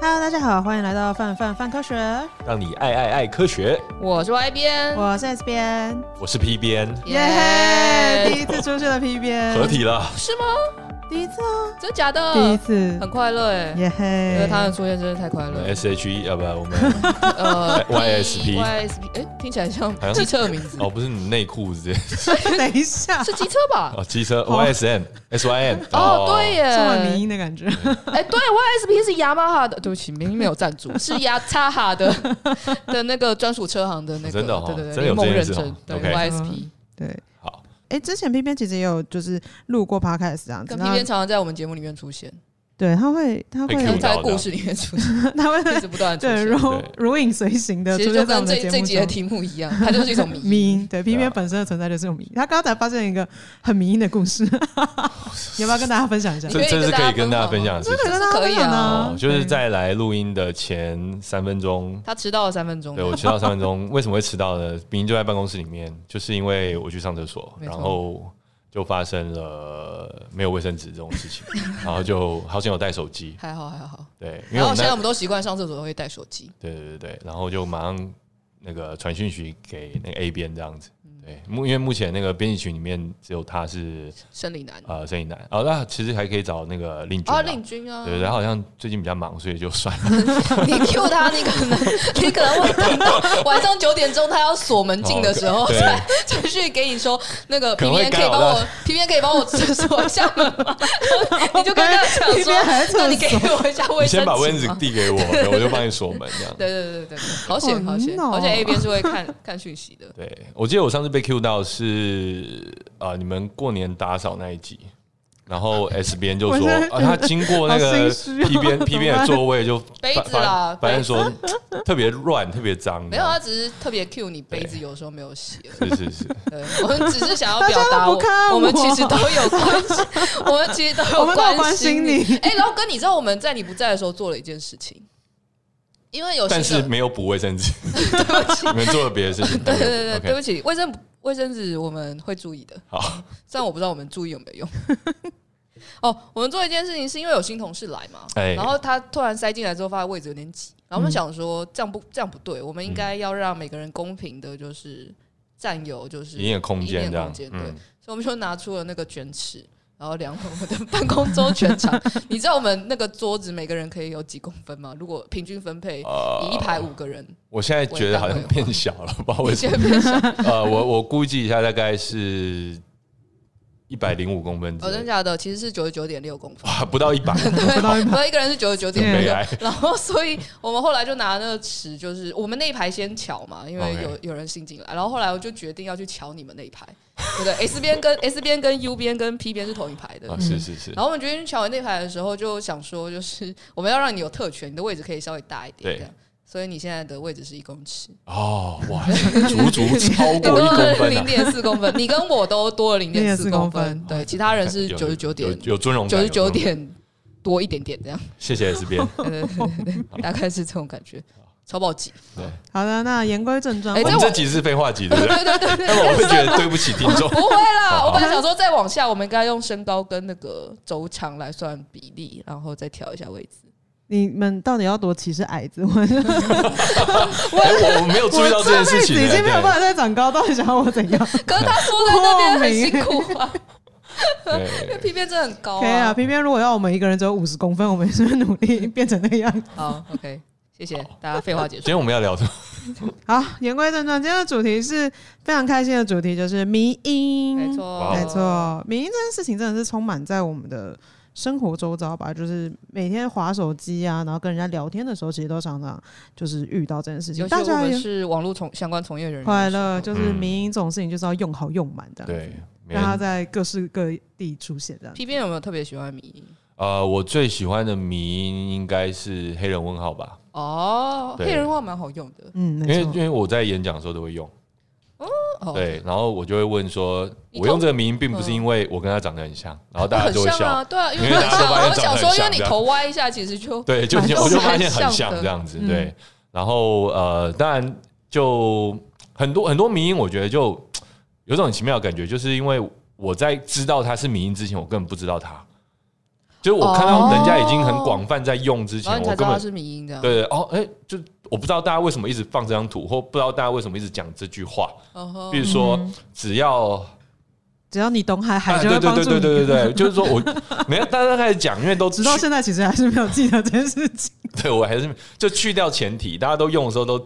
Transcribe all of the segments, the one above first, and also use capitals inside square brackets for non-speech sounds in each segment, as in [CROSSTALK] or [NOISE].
Hello，大家好，欢迎来到范范范科学，让你爱爱爱科学。我是 Y 边，我是 S 边，我是 P 边，耶、第一次出现了 P 边，合体了，是吗？第一次啊，真假的？第一次，嗯很快乐哎，耶因为嘿，他 [LAUGHS] 的出现真是太快我乐们 [LAUGHS] 了。 S H E 啊，不，我们 [LAUGHS] 呃 YSP YSP，哎，听起来像好像机车的名字，哦，不是你内裤直接 [LAUGHS] 等一下，是机车吧？哦，机车 Y S N S Y N 哦，对，充满迷耶，音的感觉，哎，对，YSP 是雅马哈的，对不起，明明没有 [LAUGHS] 赞助，是雅叉哈的的那个专属车行的那个，真的哦对对真对，的有联盟这件认事证哦，对 OK 嗯 YSP，对。好，哎、之前 P 边其实也有就是录过 podcast 这样子，跟 P 那边常常在我们节目里面出现，对他会他被 cue 常会到在故事里面出现， [LAUGHS] 他 [LAUGHS] 一会直不 [LAUGHS] 断的对出现。如对如影随形的其出实就现在我跟们的这节这目集的中。题目一样，它就是一 [LAUGHS] 种迷因迷音对 P 对边啊本身的存在就是有迷音，他刚才发现一个很迷音的故 [LAUGHS] 事， [LAUGHS] 你要不要跟大家分享一下？你这可以真是跟大可家以跟大家分享的事这情个跟大家分可以享啊呢哦，，就是对在来录音的前三分钟。他迟到了三分钟对，，我迟到三分钟，为什么会迟到呢？明明就在办公室里面，就是因为我去上厕所，没错然后就发生了没有卫生纸这种事 [LAUGHS] 情，然后就好像有带手机， [LAUGHS] 还好还好。对，因为然我后们现在那我们都习惯上厕所会带手机，对对对对，然后就马上那个传讯息给那个 A 编这样子。嗯对，目因为目前那个编辑群里面只有他是生理男呃声音男，哦，那其实还可以找那个令君啊，啊。令君啊，对对，对他好像最近比较忙，所以就算了。 [LAUGHS] 你 Q 他，你可能 [LAUGHS] 你可能会等到晚上九点钟他要锁门禁的时候， [LAUGHS] 对，程序给你说那个哦可能 P P 会 N 可以干扰帮到我 P P N 可以帮我锁一下门吗？ [LAUGHS] 你就 [LAUGHS] 跟他讲 P P N 还在厕说，所那你给我一下卫你生先把位纸置吗？递给我，对我就帮你锁门这样。对对对对对，好险好好险，闹好险 A 边是会看看讯息的。对，我记得我上次被 Q 到是呃，你们过年打扫那一集，然后 S 边就我说现在啊，他经过那好个心虚哦 P 边 P 边的座位就杯发子发啦发现杯说特别乱，特别脏。没有，他只是特别 Q 你杯子有时候没有洗而已是是是，对，我们只是想要表达，大家都不看我我我们其实都有关系， [LAUGHS] 我们其实都我有们都有关心心你哎、然后跟你知道我们在你不在的时候做了一件事情，因为有但新是的没有补卫生纸，对不起，你们做了别的事情。对对对对，对 o 不 k 起，卫生卫生纸我们会注意的，好，虽然我不知道我们注意有没有用。 [LAUGHS] 哦，我们做一件事情是因为有新同事来嘛，哎然后他突然塞进来之后，发现位置有点挤，然嗯后我们想说这样不这样不对，我们嗯应该要让每个人公平的，就是占有就是一定的空一定间的这样空间，对。嗯，所以我们就拿出了那个卷尺，然后量了我的办公桌全长。你知道我们那个桌子每个人可以有几公分吗？如果平均分配，呃以一排五个人，我现在觉得好像变小了，不知道为什么。现在变小。呃，我我估计一下，大概是一百零五公分之哦，真的类，假的？其实是九十九点六公分。哇， [LAUGHS] 不到一百，对，哦我一个人是九十九很点悲六。哀。啊然后，所以我们后来就拿那个尺，就是我们那一排先瞧嘛，因为 OK 有有人新进来。然后后来我就决定要去瞧你们那一排，对不对？S 边跟 S 边跟 U 边跟 P 边是同一排的啊，，是是是嗯然，后我们决定去乔完那排的时候，就想说，就是我们要让你有特权，你的位置可以稍微大一点，对这样。所以你现在的位置是一公尺，哦，哇，足足超多过一公了分零啊！点四公分，你跟我都多了零0.4点四公公分分，对，其他人是有九十九点有有尊荣九感，十有尊九荣感，点多一点点这样，谢谢 S [LAUGHS] 边。对对对对对，大概是这种感觉，超暴击，对， [LAUGHS] 好的，那言归正传，哎我这们我这集是废话集，对 [LAUGHS] 不对？对对对对那么我会觉得对不起听 [LAUGHS] 众。不会啦，好我本来想说再往下，我们应该用身高跟那个轴长来算比例，然后再调一下位置。你们到底要多歧视矮子？ [LAUGHS] 我哎，我我没 [LAUGHS] 有注意到这件事情我这辈子呢，已经没有办对法再长高，到底想要我 [LAUGHS] 怎样？可是他缩在那边很辛苦啊，对因为 P 边真的很高可以啊，偏偏如果要我们一个人只有五十公分，我们也是会努力变成那个样子。好，OK，谢谢大家，废话结 [LAUGHS] 今束。天我们要 [LAUGHS] 聊什么？好，言归正传，今天的主题是非常开心的主题，就是迷音。没，错，没。错，迷音这件事情真的是充满在我们的生活周遭吧，就是每天划手机啊，然后跟人家聊天的时候，其实都常常就是遇到这件事情。尤其大我家们也是网络从相关从业人员，快乐，就是嗯迷音这种事情就是要用好用满的，对，没让它人在各式各地出现这样。 P 边有没有特别喜欢迷因？呃，我最喜欢的迷音应该是黑人问号吧，哦，对黑人话蛮好用的。嗯，因为没因错。为我在演讲的时候都会用，哦，对，然后我就会问说，你我通嗯用这个迷音并不是因为我跟他长得很像，然后大家很就会像笑啊，，对啊，因因为很大家都像。发我现就长得想说，很因为像你这样头歪一下，其实就 [LAUGHS] 对，就蛮我就像发现蛮很像像的这样子，嗯对，然后呃，当然就很多很多迷音，我觉得就有种很奇妙的感觉，就是因为我在知道他是迷音之前，我根本不知道他。就是我看到哦人家已经很广泛在用之前，然哦后我你才知根道它本是迷音这样。对哦，哎、就我不知道大家为什么一直放这张图，或不知道大家为什么一直讲这句话。嗯哼，比如说，嗯只要只要你懂海，海哎就对会对帮助对你。对对对 [LAUGHS] 对，就是说我 [LAUGHS] 没有大家开始讲，因为都直到去现在其实还是没有记得这件事情。对我还是就去掉前提，大家都用的时候都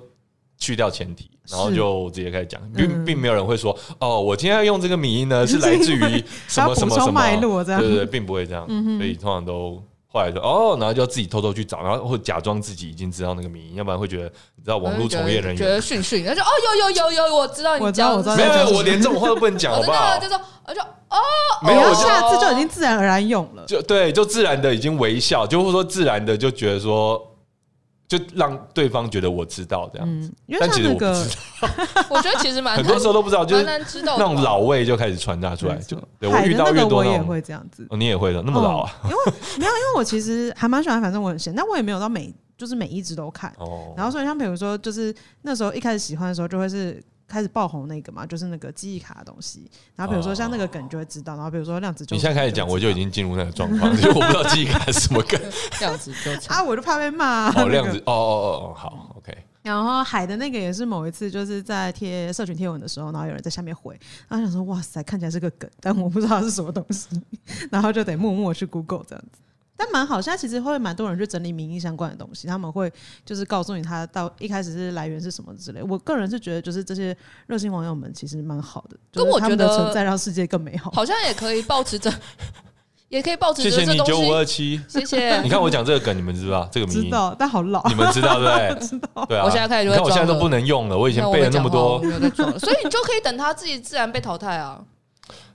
去掉前提，是然后就直接开始讲，嗯并并没有人会说哦，我今天要用这个米音呢，是来 [LAUGHS] 自于 [LAUGHS] 什么什要补么什充么脉络这样哦嗯对对对，并不会这样，所以通常都。后来说哦，然后就自己偷偷去找，然后或假装自己已经知道那个迷音，要不然会觉得你知道网络从业人嗯觉员得训训，他说哦有有有有，我知道你我知道教我知道没有，没在有讲我连这种话都不能讲， [LAUGHS] 我好知不道好就？说我就哦没有，然我后就下次就已经自然而然用了。就对，就自然的已经微笑，就或说自然的就觉得说，就让对方觉得我知道这样子。嗯，因为但像其实那我不个知我觉得其实蛮很多时候都不知道，就是蛮难知道那种的吧老味就开始传达出来。没就错对我海遇的到那越个多我那也种，会这样子。哦你也会的，那么老啊？嗯因为没有，因为我其实还蛮喜欢，反正我很闲，但我也没有到每就是每一只都看。哦，嗯然后所以像比如说，就是那时候一开始喜欢的时候，就会是开始爆红那个嘛，就是那个记忆卡的东西。然后比如说像那个梗就会知道，然后比如说量子纠缠，你现在开始讲，我就就已经进入那个状 [LAUGHS] 况，就我不知道自己看什么梗。这样子就知道啊，我就怕被骂、啊。哦，量那个 [LAUGHS] 子，哦哦哦哦，好，OK，然后海的那个也是某一次就是在贴社群贴文的时候，然后有人在下面回，然后想说哇塞，看起来是个梗，但我不知道它是什么东西， [LAUGHS] 然后就得默默去 Google 这样子。但蛮好，现在其实会蛮多人去整理民意相关的东西，他们会就是告诉你他到一开始是来源是什么之类。我个人是觉得，就是这些热心网友们其实蛮好的，就跟是我他们觉的得存在让世界更美好。好像也可以保持着， [LAUGHS] 也可以保持谢着谢这你东九五西。二七。谢 [LAUGHS] 谢你。看我讲这个梗，你们知道这个名知音，道，但好老。你们知道对 [LAUGHS] 不对？ [LAUGHS] 对啊，我现在开始就你会看我现在装都了不能用了，我以前看我背了没那么讲话多我，没有在装，所以你就可以等他自己自然被淘汰啊。 [LAUGHS]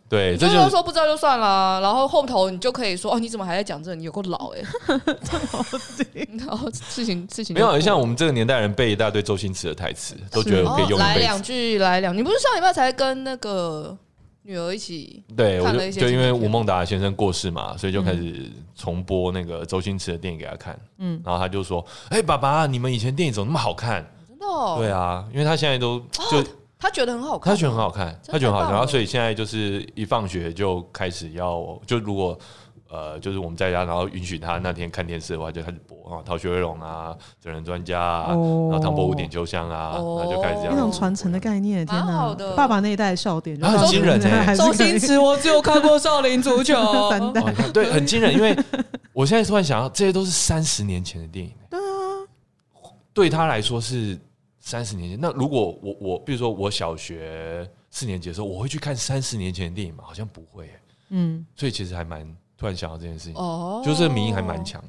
对，你这就就是是说不知道就算了，啊然后后头你就可以说哦，你怎么还在讲这个？你有够老 [LAUGHS] 哎、然后事情事情没就过有啊了像我们这个年代人背一大堆周星驰的台词，都觉得是我可以哦用一来辈两子。句，来两句。你不是上礼拜才跟那个女儿一起？对，我看了就一些嗯就因为纪录片吴孟达先生过世嘛，所以就开始重播那个周星驰的电影给他看。嗯，然后他就说：“哎、爸爸，你们以前电影怎么那么好看？”真的、哦？对啊，因为他现在都就、他觉得很好看，他觉得很好看，真的他觉得很好太棒看，了然后所以现在就是一放学就开始要就如果。呃，就是我们在家，然后允许他那天看电视的话，就开始播啊，逃学威龙啊，整人专家啊，哦然后唐伯虎点秋香啊，然哦后就开始这样那种传承的概念，天蛮哪好！的爸爸那一代的笑点就啊到很惊人现在欸还是可周以》星驰，我只有看过《少林足球 [LAUGHS] 三代哦，你看对，很惊人。因为我现在突然想到，这些都是三十年前的电影、对啊，对他来说是三十年前。那如果我我，比如说我小学四年级的时候，我会去看三十年前的电影吗？好像不会耶、欸嗯，所以其实还蛮突然想到这件事情，哦就是这个名义还蛮。强的。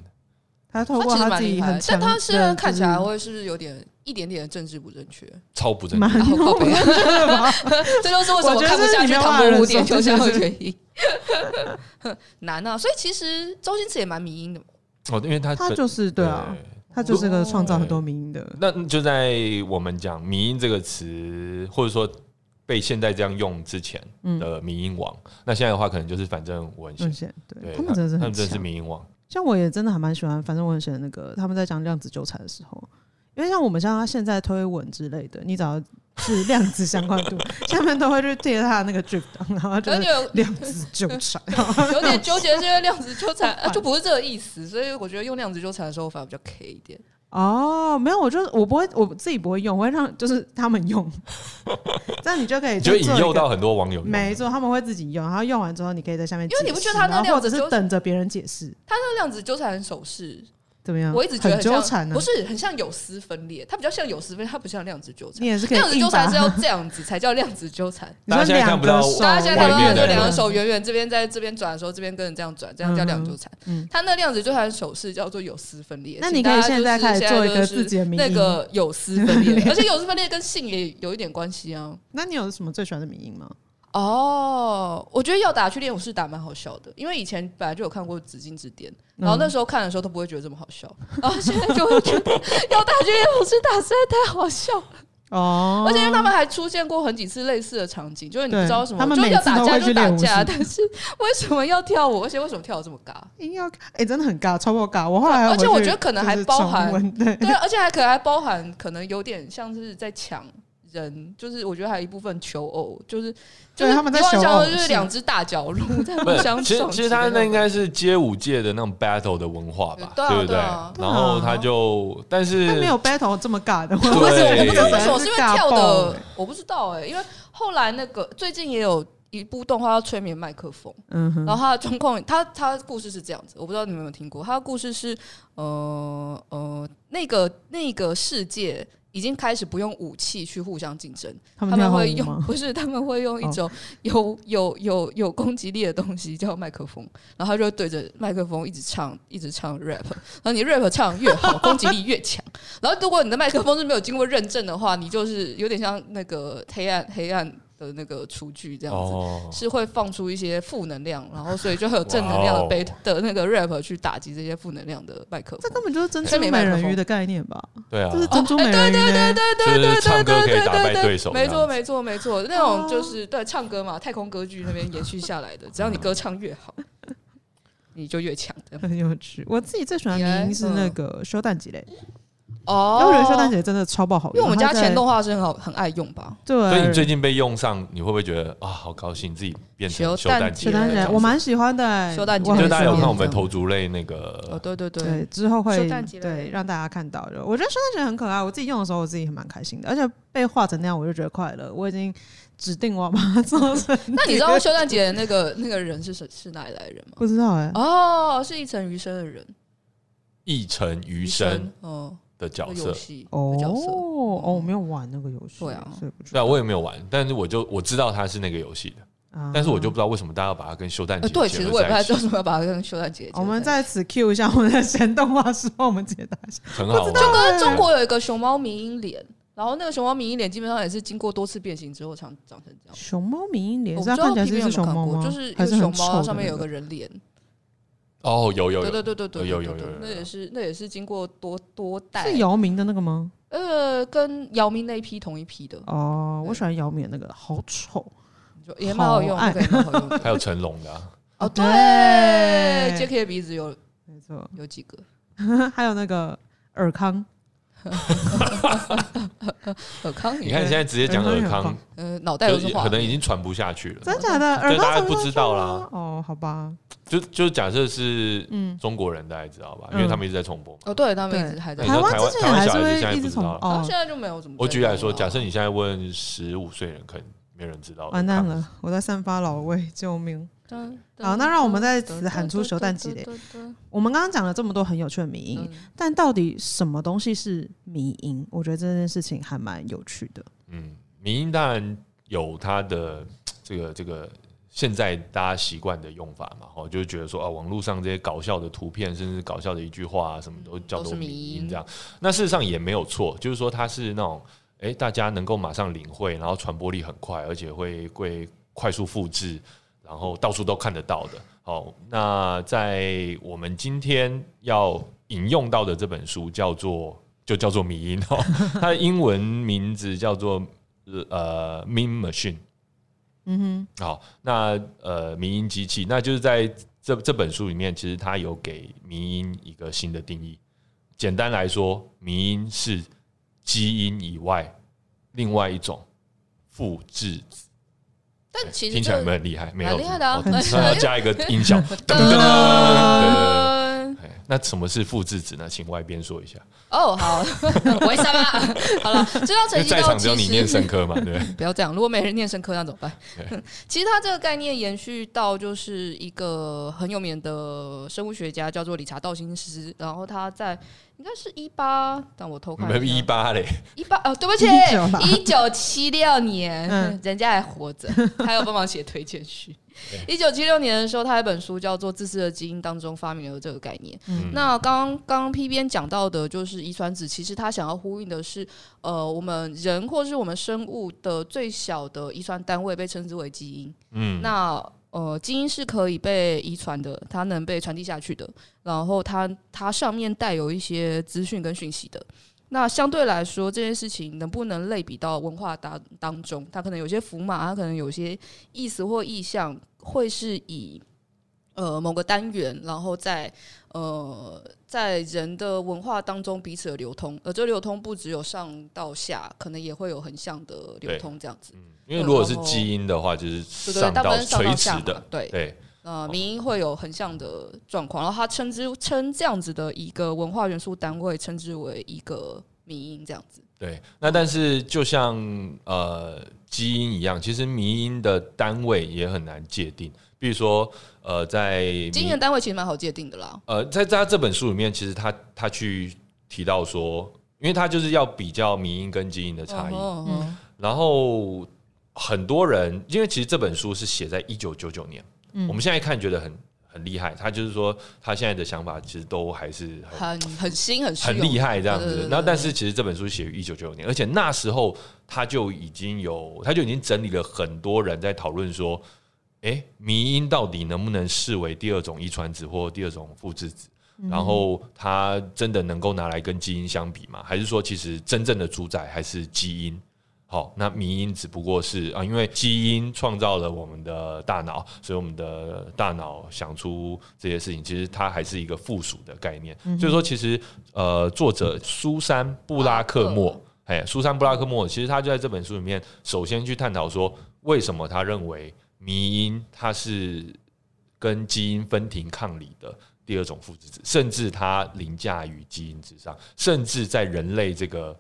他透他过其实他蛮自己厉害很的，强但的，他现在看起来就是会是不是有点一点点的政治不正确？超不正蛮确。然后靠北 [LAUGHS] 这就是为什么看不下去唐伯虎点秋香的原因。 [LAUGHS] 难啊，所以其实周星驰也蛮迷因的。哦，因为他他本就是对啊，他就是个创造很多名的，那就在我们讲“迷音”这个词，或者说被现在这样用之前的“迷音王”，那现在的话可能就是反正我很很闲，显对，对他们真的是他很们真的是强。迷音王。像我也真的还蛮喜欢，反正我很喜欢那个他们在讲量子纠缠的时候，因为像我们像他现在推文之类的，你只要是 [LAUGHS] 量子相关度，下面都会去贴他的那个 drip，然后就可能是有量子纠缠， [LAUGHS] 有点纠结，是因为量子纠缠、啊、就不是这个意思，所以我觉得用量子纠缠的时候反而比较 K 一点。哦，没有，我就是我不会，我自己不会用，我会让就是他们 [LAUGHS] 用， [LAUGHS] 这样你就可以就哎做一引个诱到很多网友用。没错，他们会自己用，然后用完之后你可以在下面解因释，为你不觉得他那然后或量者子是纠等着别人解释，那量子纠缠手势，怎么样？我一直觉嗯得很像纠缠呢啊不。是很像有丝分裂，它比较像有丝分裂，它不像量子纠缠你。也是可以量子硬纠缠把是要这样子才叫量子纠缠。你说大家现在看不到两个手大家现在看外面到的就两人个手远远这边在这边转的时候，这边跟着这样转，这样叫量子纠缠。嗯嗯它那量子纠缠手势叫做有丝分裂。那请你可大以家现在就是开始做一就个是自己的名那义个有丝 [LAUGHS] 分裂，而且有丝分裂跟性也有一点关系啊。那你有什么最喜欢的名音吗？哦，我觉得要打去练武士打蛮好笑的，因为以前本来就有看过《紫禁之巅》，然嗯后那时候看的时候都不会觉得这么好笑， [LAUGHS] 然后现在就会觉得要打去练武士打实在太好笑，哦而且因为他们还出现过很几次类似的场景，就是你不知道为什对么，他们就是要打架每次就都会去打练武士架，但是为什么要跳舞，而且为什么跳的这么尬？硬要哎，真的很尬，超爆尬。我后来还而且回我去觉得可能还就是包含重温对，对啊，而且还可能还包含可能有点像是在抢人，就是我觉得还有一部分求偶，就是就对是他们在开玩求笑偶就是是两只大角 [LAUGHS] 鹿在不互是相其实撞其击实他的那种应该是街舞界的那种 battle 的文化吧，对啊不对？对啊然后他就，但是他没有 battle 这么尬的，对为什么我不知道为对什么？是因为跳尬爆的欸，我不知道哎、因为后来那个最近也有一部动画叫《催眠麦克风》，嗯哼，然后他的状况，他他的故事是这样子，我不知道你们有没有听过。他的故事是，呃呃，那个那个世界已经开始不用武器去互相竞争，他跳他们好会舞用吗？不是他们会用一哦种有有有有攻击力的东西叫麦克风，然后他就会对着麦克风一直唱一直唱 rap，然后你 rap 唱越好，攻击力越强。然后如果你的麦克风是没有经过认证的话，你就是有点像那个黑暗黑暗的那个厨具这样子。哦，是会放出一些负能量，然后所以就会有正能量的背 [LAUGHS] 哇哦的那个 rap 去打击这些负能量的麦克这风。根本就是珍珠这里麦美克人风哦哎鱼的概念吧？对啊这，是珍珠美人鱼、对对对对，就是唱歌可以打败对手，没错，没错，没错，那种就是对唱歌嘛，太空歌剧那边延续下来的，只要你歌唱越 [LAUGHS] 好，你就越强。这样很有趣。我自己最喜欢你嘞的迷因是嗯那个修蛋姐嘞，因哦为我觉得修蛋姐真的超爆好用，因为我们家她在前动画是很好很爱用吧，对，所以你最近被用上，你会不会觉得啊，好高兴自己变成修修蛋蛋姐修的蛋那姐种？我蛮喜欢的、欸，修蛋姐我就很是大家有喜欢看我们这样头足类那哦，个，对对对，对，之后会圣诞节嘞对让大家看到的。我觉得圣诞节很可爱，我自己用的时候我自己还蛮开心的，而且被画成那样我就觉得快乐。我已经指定我要把它做成 [LAUGHS] 。那你知道修蛋姐的那个 [LAUGHS] 那个人是谁是哪里来的人吗？不知道哎、哦，是一层余生的人，一城余生，哦，的角的游色。戏哦的角色，哦，我没有玩那个游戏，对啊所以不知对啊，道。我也没有玩，但是我就我知道他是那个游戏的，啊但是我就不知道为什么大家要把它跟修蛋呃姐对，其结实合我也不在太一知道起，为什么要把它跟修蛋姐结合我们在一在此 Q 一下我们的前动画师，帮我们解答一下。很好玩。啊嗯起啊中国有一个熊猫迷音脸，然后那个熊猫迷音脸基本上也是经过多次变形之后长长成这样。熊猫迷因脸我不是知它道看起来 P 是一只 B 有熊没有看猫过，吗？就是一还个是熊很猫，臭然后的上面那有个人脸。哦，有有对对有，对对对，有对有有对有对有那也是那也是经过多多代是。姚明的那个吗？呃，跟姚明那一批同一批的，哦，我对喜欢姚明的那个，好丑。就也蛮好用，好爱那个也蛮好用 [LAUGHS] 的。还有成龙的啊，哦，对对，J.K. 的鼻子有没错， [LAUGHS] 有几个？还有那个尔康，尔康你也，看现在直接讲尔尔康康很，呃，脑袋就都是是画可的，能已经传不下去了。真假的？尔就康大家怎么不知道啦会说哦，好吧，就就假设是嗯，中国人，大家知道吧？嗯因为他们一直在重播嘛。哦，对，他们一直对还在你知道台湾台湾之台前湾还小是孩子会现在一不直知重道然后哦现，在就没有怎么。我举例来说，假设你现在问十五岁人，可能没有人知道。完蛋，了，我在散发老味，救命！好好，那让我们在此喊出首蛋积累。我们刚刚讲了这么多很有趣的迷嗯因，但到底什么东西是迷因？我觉得这件事情还蛮有趣的。嗯，迷音当然有它的这个这个现在大家习惯的用法嘛，哦，就是觉得说啊，网络上这些搞笑的图片，甚至搞笑的一句话啊，什么都叫嗯都做是迷迷因音这样。那事实上也没有错，就是说它是那种哎、诶大家能够马上领会，然后传播力很快，而且会会快速复制，然后到处都看得到的。好，那在我们今天要引用到的这本书叫做就叫做迷音哦，它的英文名字叫做呃 Meme Machine。嗯好，那呃，民音机器，那就是在这这本书里面，其实它有给民音一个新的定义。简单来说，民音是基因以外另外一种复制，但其实听起来有就没有很厉害？没有，蛮厉害的啊哦很厉害要加一个音效，呃噔噔噔。对对对噔哎那什么是复制子呢？请外边说一下，哦，好， [LAUGHS] 为什么？好了，这道因成为绩在到场只其有你念实生科嘛，对不对？ [LAUGHS] 不要这样，如果没人念生科，那怎么办？其实它这个概念延续到就是一个很有名的生物学家叫做理查道金斯，然后他在应该是一八，但我偷看没有一八嘞，一八哦，对不起 [LAUGHS] 19，啦一九七六年，嗯人家还活着，他有帮忙写推荐序。一九七六年的时候，他有一本书叫做《自私的基因》，当中发明了这个概念。嗯那刚刚刚 P 边讲到的就是遗传子，其实他想要呼应的是，呃，我们人或是我们生物的最小的遗传单位被称之为基因。嗯，那呃，基因是可以被遗传的，它能被传递下去的，然后它它上面带有一些资讯跟讯息的。那相对来说，这件事情能不能类比到文化当当中？它可能有些符码，它可能有些意思或意象，会是以呃某个单元，然后在呃在人的文化当中彼此的流通，而这流通不只有上到下，可能也会有横向的流通这样子。因为如果是基因的话，就是对对，上大部到分是上垂到直下嘛的，，对。对，呃，民音会有横向的状况，然后他称之称这样子的一个文化元素单位，称之为一个民音这样子。对，那但是就像呃基因一样，其实迷因的单位也很难界定。比如说，呃，在迷经验单位其实蛮好界定的啦，呃，在在他这本书里面，其实他他去提到说，因为他就是要比较迷因跟基因的差异，嗯嗯然后很多人，因为其实这本书是写在一九九九年，嗯我们现在看觉得很很厉害，他就是说他现在的想法其实都还是很很很新很很厉害，害这样对对子对。那对但是其实这本书写于一九九九年，而且那时候他就已经有，他就已经整理了很多人在讨论说，诶，迷因到底能不能视为第二种遗传子或第二种复制子？然后它真的能够拿来跟基因相比吗？还是说其实真正的主宰还是基因？好，那迷因只不过是啊，因为基因创造了我们的大脑，所以我们的大脑想出这些事情，其实它还是一个附属的概念。所以说，其实呃，作者苏珊布拉克莫，哎，苏珊布拉克莫，其实他就在这本书里面，首先去探讨说，为什么他认为迷因它是跟基因分庭抗礼的第二种复制子，甚至它凌驾于基因之上，甚至在人类这个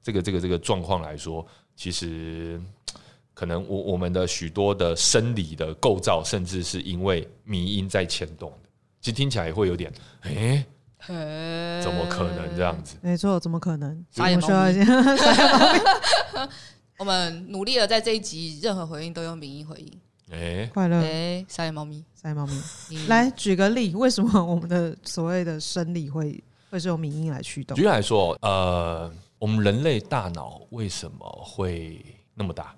这个这个这个状况来说，其实嘖可能我我们的许多的生理的构造，甚至是因为迷因在牵动的。其实听起来也会有点，诶，哎怎么可能这？样子？没错，怎么可能？我傻眼们需要一些我们努力了，在这一集任何回应都用民音回应。诶，快乐哎，傻眼猫咪，塞猫咪。你嗯来举个例，为什么我们的所谓的生理会会是用民音来驱动举？例来说，呃，我们人类大脑为什么会那么大，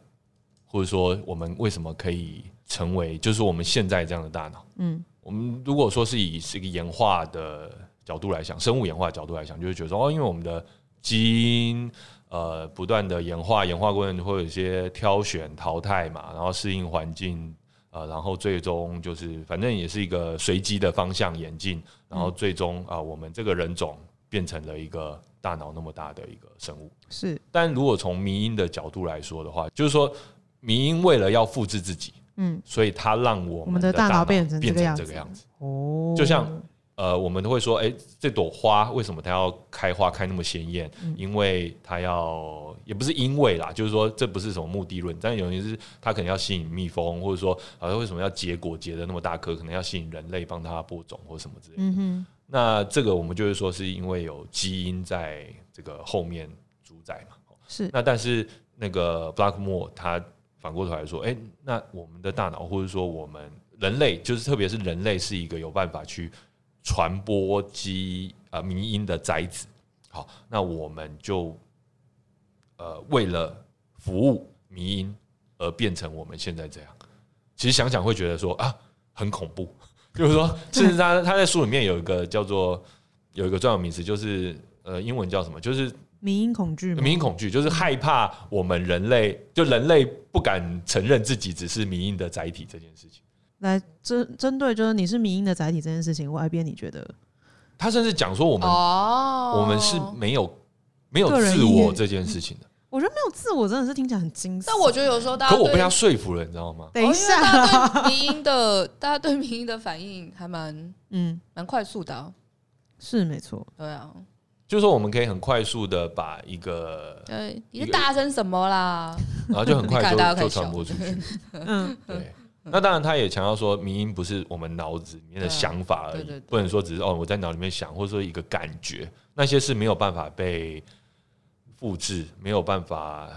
或者说我们为什么可以成为就是我们现在这样的大脑？嗯，我们如果说是以这个演化的角度来想，生物演化的角度来想，就会觉得说哦，因为我们的基因呃不断的演化，演化过程中会有一些挑选、淘汰嘛，然后适应环境。呃，然后最终就是，反正也是一个随机的方向演进，然嗯后最终啊、我们这个人种变成了一个大脑那么大的一个生物。是但如果从迷因的角度来说的话，就是说迷因为了要复制自己，嗯，所以它让我我们的的大脑脑变成这变个成样这子个样子。哦，就像呃，我们都会说，哎、这朵花为什么它要开花开那么鲜艳？因为它要，也不是因为啦，就是说这不是什么目的论，但有些是它可能要吸引蜜蜂，或者说好像为什么要结果结的那么大颗，可能要吸引人类帮它播种或什么之类的。嗯哼，那这个我们就会说是因为有基因在这个后面主宰嘛。哦是那但是那个 Blackmore 他反过头来说，哎、那我们的大脑或者说我们人类，就是特别是人类是一个有办法去传播基呃迷因的载子。好，那我们就呃为了服务迷因而变成我们现在这样。其实想想会觉得说啊，很恐怖。就是说，甚至他他在书里面有一个叫做有一个专有名词，就是呃英文叫什么？就是民音恐惧吗，民因恐惧，就是害怕我们人类，就人类不敢承认自己只是民因的载体这件事情。来针针对就是你是民音的载体这件事情，我爱边你觉得他甚至讲说，我们、哦，我们是没有没有个人自意我愿嗯这件事情的。我觉得没有自我真的是听起来很惊悚。但我觉得有时候大家可我被对他说服了，你知道吗？等一哦因为下，大家对民音的，大家对民音的反应还蛮 [LAUGHS] 嗯，蛮快速的啊、是没错，对啊，就是说，我们可以很快速的把一个， [LAUGHS] 对，你是大声什么啦？然后就很你快看就大家就开始传笑播出去。嗯， [LAUGHS] 对， [LAUGHS] 那当然，他也强调说，迷因不是我们脑子里面的想法而已，对对对不能说只是哦我在脑里面想，或者说一个感觉，那些是没有办法被复制，没有办法，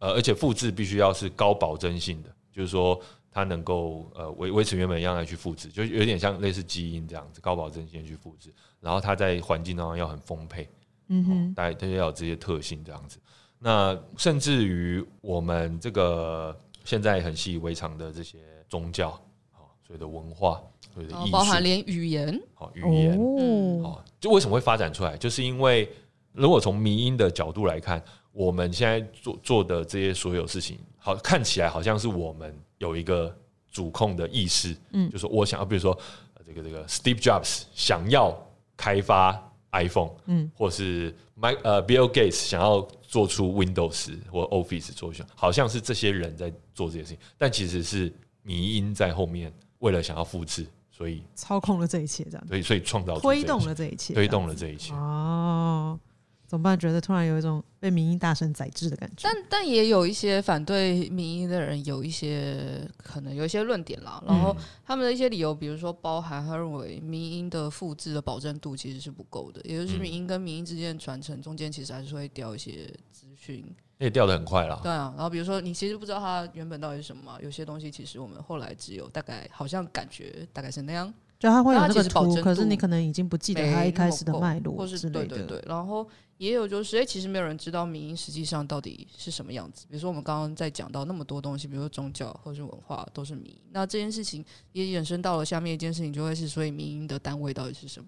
呃，而且复制必须要是高保真性的，就是说它能够呃维维持原本的样态去复制，就有点像类似基因这样子，高保真性去复制，然后它在环境当中要很丰沛，嗯哦哼，大概它就要有这些特性这样子。那甚至于我们这个现在很习以为常的这些宗教，好，所有的文化，所有的然后艺哦包含术，连语言，好语言，嗯哦，哦，就为什么会发展出来，就是因为如果从迷因的角度来看，我们现在做做的这些所有事情，好看起来好像是我们有一个主控的意识，嗯，就说我想要，比如说呃这个这个 Steve Jobs 想要开发 iPhone，嗯，或是 Mike 呃 Bill Gates 想要做出 Windows 或 Office 做出，好像是这些人在做这些事情，但其实是迷因在后面，为了想要复制，所以操控了这一切，这样所以所以创造出这推一切动了这一切，推动了这一切这样。哦，怎么办？觉得突然有一种被民意大神宰制的感觉。但但也有一些反对民意的人，有一些可能有一些论点啦，然嗯后他们的一些理由，比如说包含他认为民音的复制的保证度其实是不够的，也就是民音跟民音之间的传承中间其实还是会掉一些资讯，那也掉的很快啦。对啊，然后比如说你其实不知道它原本到底是什么嘛，有些东西其实我们后来只有大概好像感觉大概是那样，就它会有那但它个其实保图，真可是度你可能已经不记得没它一那开么始的够脉或络是之类的。对对对，然后也有就是，哎、其实没有人知道民音实际上到底是什么样子。比如说我们刚刚在讲到那么多东西，比如说宗教或是文化都是民音，那这件事情也衍生到了下面一件事情，就会是所以民音的单位到底是什么？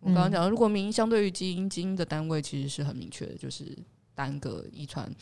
我嗯刚刚讲到，如果民音相对于基因，基因的单位其实是很明确的，就是单个遗传、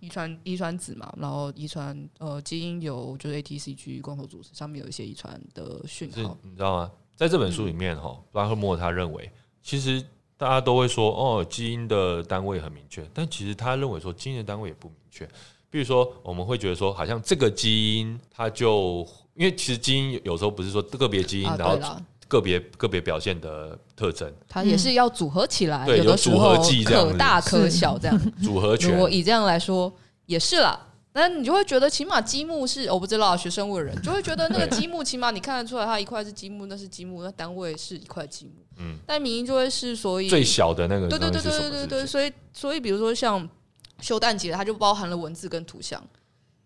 遗传、遗传子嘛，然后遗传呃基因由就是 ATCG 光头组织上面有一些遗传的讯是号，你知道吗？在这本书里面，哈、巴赫莫他认为，其实大家都会说，哦，基因的单位很明确，但其实他认为说，基因的单位也不明确。比如说，我们会觉得说，好像这个基因它就，因为其实基因有有时候不是说个别基因，啊，然对后了。个别个别表现的特征，它也是要组合起来，嗯对的时有候组合剂这样子可大可 [LAUGHS] 小这样。组合如拳果以这样来说，也是啦。但你就会觉得，起码积木是我不知道学生物的人就会觉得那个对积木，起码你看得出来，它一块是积木，那是积木，那单位是一块积木。嗯但民音就会是所以最小的那个对对东对西是对什么？对对是不对，是？所以所以比如说像修蛋节，它就包含了文字跟图像。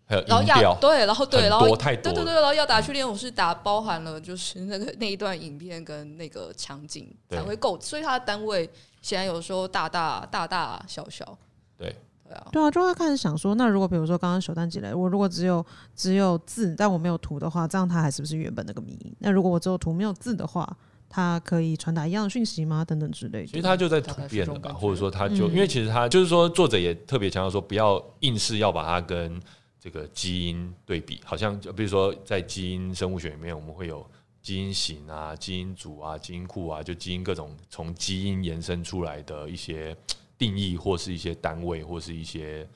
还有然嗯后音亚调，对，然后对，很然后多太多对对了对，然后要打去练舞是打包含了就是那个那一段影片跟那个场景对才会够，所以它的单位显然有时候大大大大小小，对对啊，对啊，就会开始想说，那如果比如说刚刚手单积累，我如果只有只有字，但我没有图的话，这样它还是不是原本那个谜？那如果我只有图没有字的话，它可以传达一样的讯息吗？等等之类其实的。他就在大突概是变这了种吧，感或者觉说他就、因为其实他就是说作者也特别强调说，不要硬是要把它跟这个基因对比，好像就比如说在基因生物学里面，我们会有基因型啊、基因组啊、基因库啊，就基因各种从基因延伸出来的一些定义或是一些单位或是一些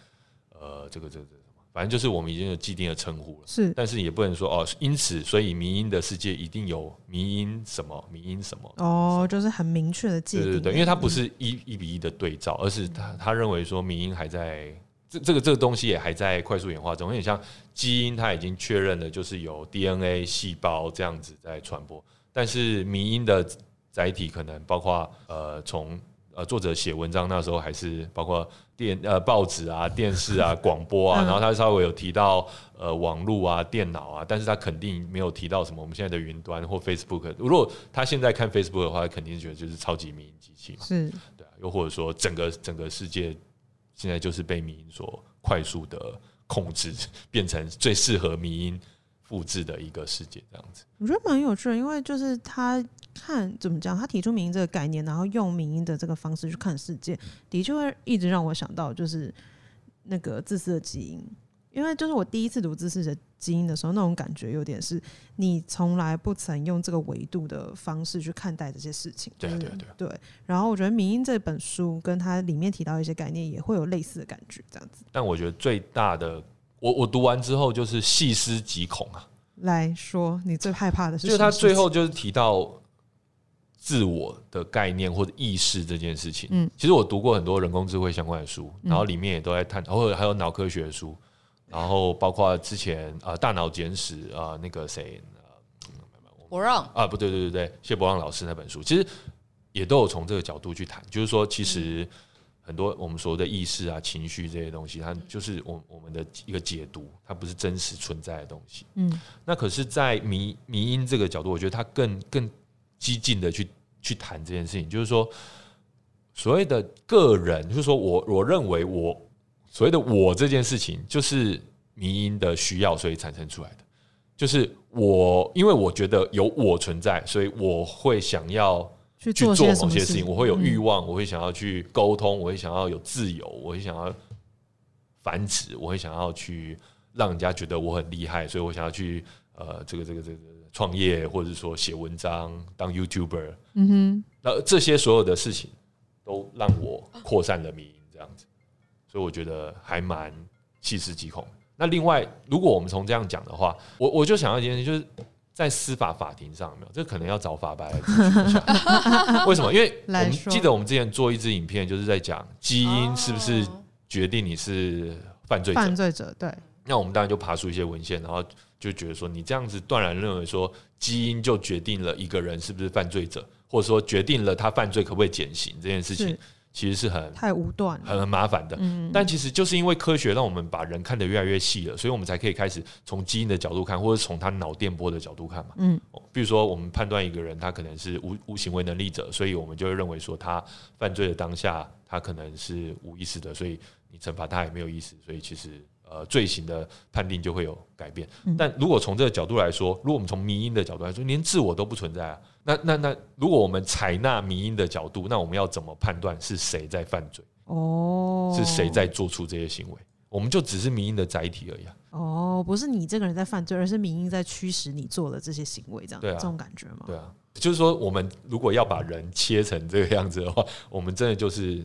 呃这个这个这个什么，反正就是我们已经有既定的称呼了。是但是也不能说哦，因此所以迷因的世界一定有迷因什么迷因什么哦，就是很明确的界对定的。对嗯对，因为它不是一一比一的对照，而是他他认为说民音还在这这个这个东西也还在快速演化中，有点像基因，它已经确认了就是有 DNA 细胞这样子在传播，但是民音的载体可能包括呃从呃作者写文章那时候还是包括电呃报纸啊、电 [LAUGHS] 视啊、广播啊，嗯然后他稍微有提到呃网络啊、电脑啊，但是他肯定没有提到什么我们现在的云端或 Facebook。如果他现在看 Facebook 的话，他肯定觉得就是超级民营机器嘛，是对啊，又或者说整个整个世界现在就是被民营所快速的控制， [LAUGHS] 变成最适合民营复制的一个世界这样子。我觉得蛮有趣的，因为就是他看怎么讲，他提出民音这个概念，然后用民音的这个方式去看世界，嗯的确会一直让我想到就是那个自私的基因，因为就是我第一次读自私的基因的时候，那种感觉有点是你从来不曾用这个维度的方式去看待这些事情。对啊，嗯对啊，对啊，对，然后我觉得《民音》这本书跟它里面提到一些概念也会有类似的感觉，这样子但我觉得最大的，我我读完之后就是细思极恐啊。来说，你最害怕的是就是什他么最事情后就是提到自我的概念或者意识这件事情。嗯其实我读过很多人工智慧相关的书，然后里面也都在探讨，或者还有脑科学的书，然后包括之前啊、呃大脑简史》啊、那个谁我让啊，不对，对对对，谢伯让老师那本书，其实也都有从这个角度去谈，就是说，其实嗯很多我们所谓的意识啊、情绪这些东西，它就是我我们的一个解读，它不是真实存在的东西。嗯，那可是，在迷迷因这个角度，我觉得它更更激进的去去谈这件事情，就是说，所谓的个人，就是说我我认为我所谓的我这件事情，就是迷因的需要，所以产生出来的。就是我，因为我觉得有我存在，所以我会想要去去做做些什某么些事嗯事情，我会有欲望，我会想要去沟通，我会想要有自由，我会想要繁殖，我会想要去让人家觉得我很厉害，所以我想要去。呃这个这个这个这个创业，或者是说写文章、当 YouTuber，嗯那这些所有的事情都让我扩散了迷因这样子，所以我觉得还蛮细思极恐。那另外，如果我们从这样讲的话，我我就想要一件事，就是在司法法庭上，有没有这可能要找法白来咨询一下。 [LAUGHS] 为什么？因为我来们说记得我们之前做一支影片，就是在讲基因是不哦是哦决定你是犯罪哼，者。犯罪者对，那我们当然就爬出一些文献，然后就觉得说，你这样子断然认为说基因就决定了一个人是不是犯罪者，或者说决定了他犯罪可不可以减刑这件事情是，其实是很太武断了。很很麻烦的。嗯，但其实就是因为科学让我们把人看得越来越细了，所以我们才可以开始从基因的角度看，或者从他脑电波的角度看嘛。嗯哦，比如说我们判断一个人他可能是无无行为能力者，所以我们就会认为说他犯罪的当下他可能是无意识的，所以你惩罚他也没有意思，所以其实呃罪行的判定就会有改变。嗯但如果从这个角度来说，如果我们从迷因的角度来说，连自我都不存在啊。那那那，如果我们采纳迷因的角度，那我们要怎么判断是谁在犯罪？哦，是谁？在做出这些行为，我们就只是民音的载体而已、啊。哦，不是你这个人在犯罪，而是民意在驱使你做的这些行为，这样对啊这种感觉吗？对啊，就是说，我们如果要把人切成这个样子的话， [LAUGHS] 我们真的就是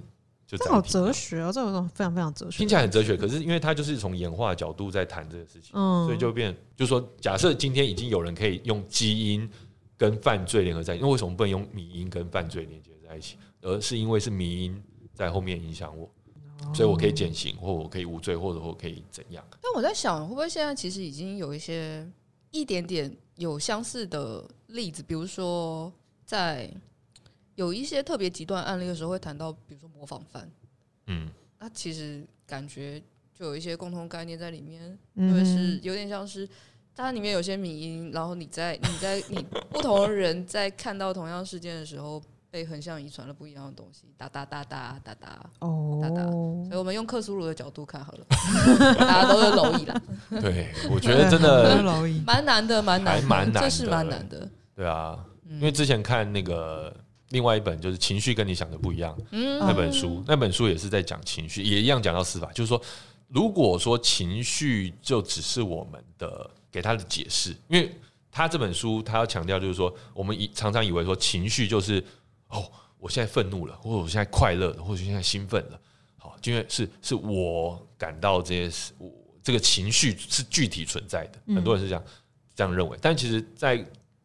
就这载体好啊哲，学哦，这有种非常非常哲学。听起来很哲学，可是因为它就是从演化的角度在谈这个事情，嗯，所以就变就是说，假设今天已经有人可以用基因跟犯罪联合在一起，那为什么不能用迷因跟犯罪连接在一起？而是因为是迷因在后面影响我，哦所以我可以减刑，或我可以无罪，或者我可以怎样？但我在想，会不会现在其实已经有一些一点点有相似的例子，比如说在有一些特别极端案例的时候，会谈到，比如说模仿犯，嗯，那其实感觉就有一些共同概念在里面，嗯因为是有点像是。它里面有些迷因，然后你在你在你不同人在看到同样事件的时候，被横向遗传了不一样的东西，哒哒哒哒哒哒。大大哦，所以我们用克苏鲁的角度看好了，大家都是蝼蚁啦，对，我觉得真的 [LAUGHS] 蝼蚁蛮难的，蛮难的，还蛮难的这是蛮难的。对啊，因为之前看那个另外一本就是《情绪跟你想的不一样》嗯那本书，那本书也是在讲情绪，也一样讲到司法，就是说，如果说情绪就只是我们的给他的解释，因为他这本书他要强调就是说，我们以常常以为说情绪就是哦，我现在愤怒了，或者我现在快乐了，或者我现在兴奋了，好，因为是是我感到这些事，我这个情绪是具体存在的，很多人是这样、这样认为，但其实在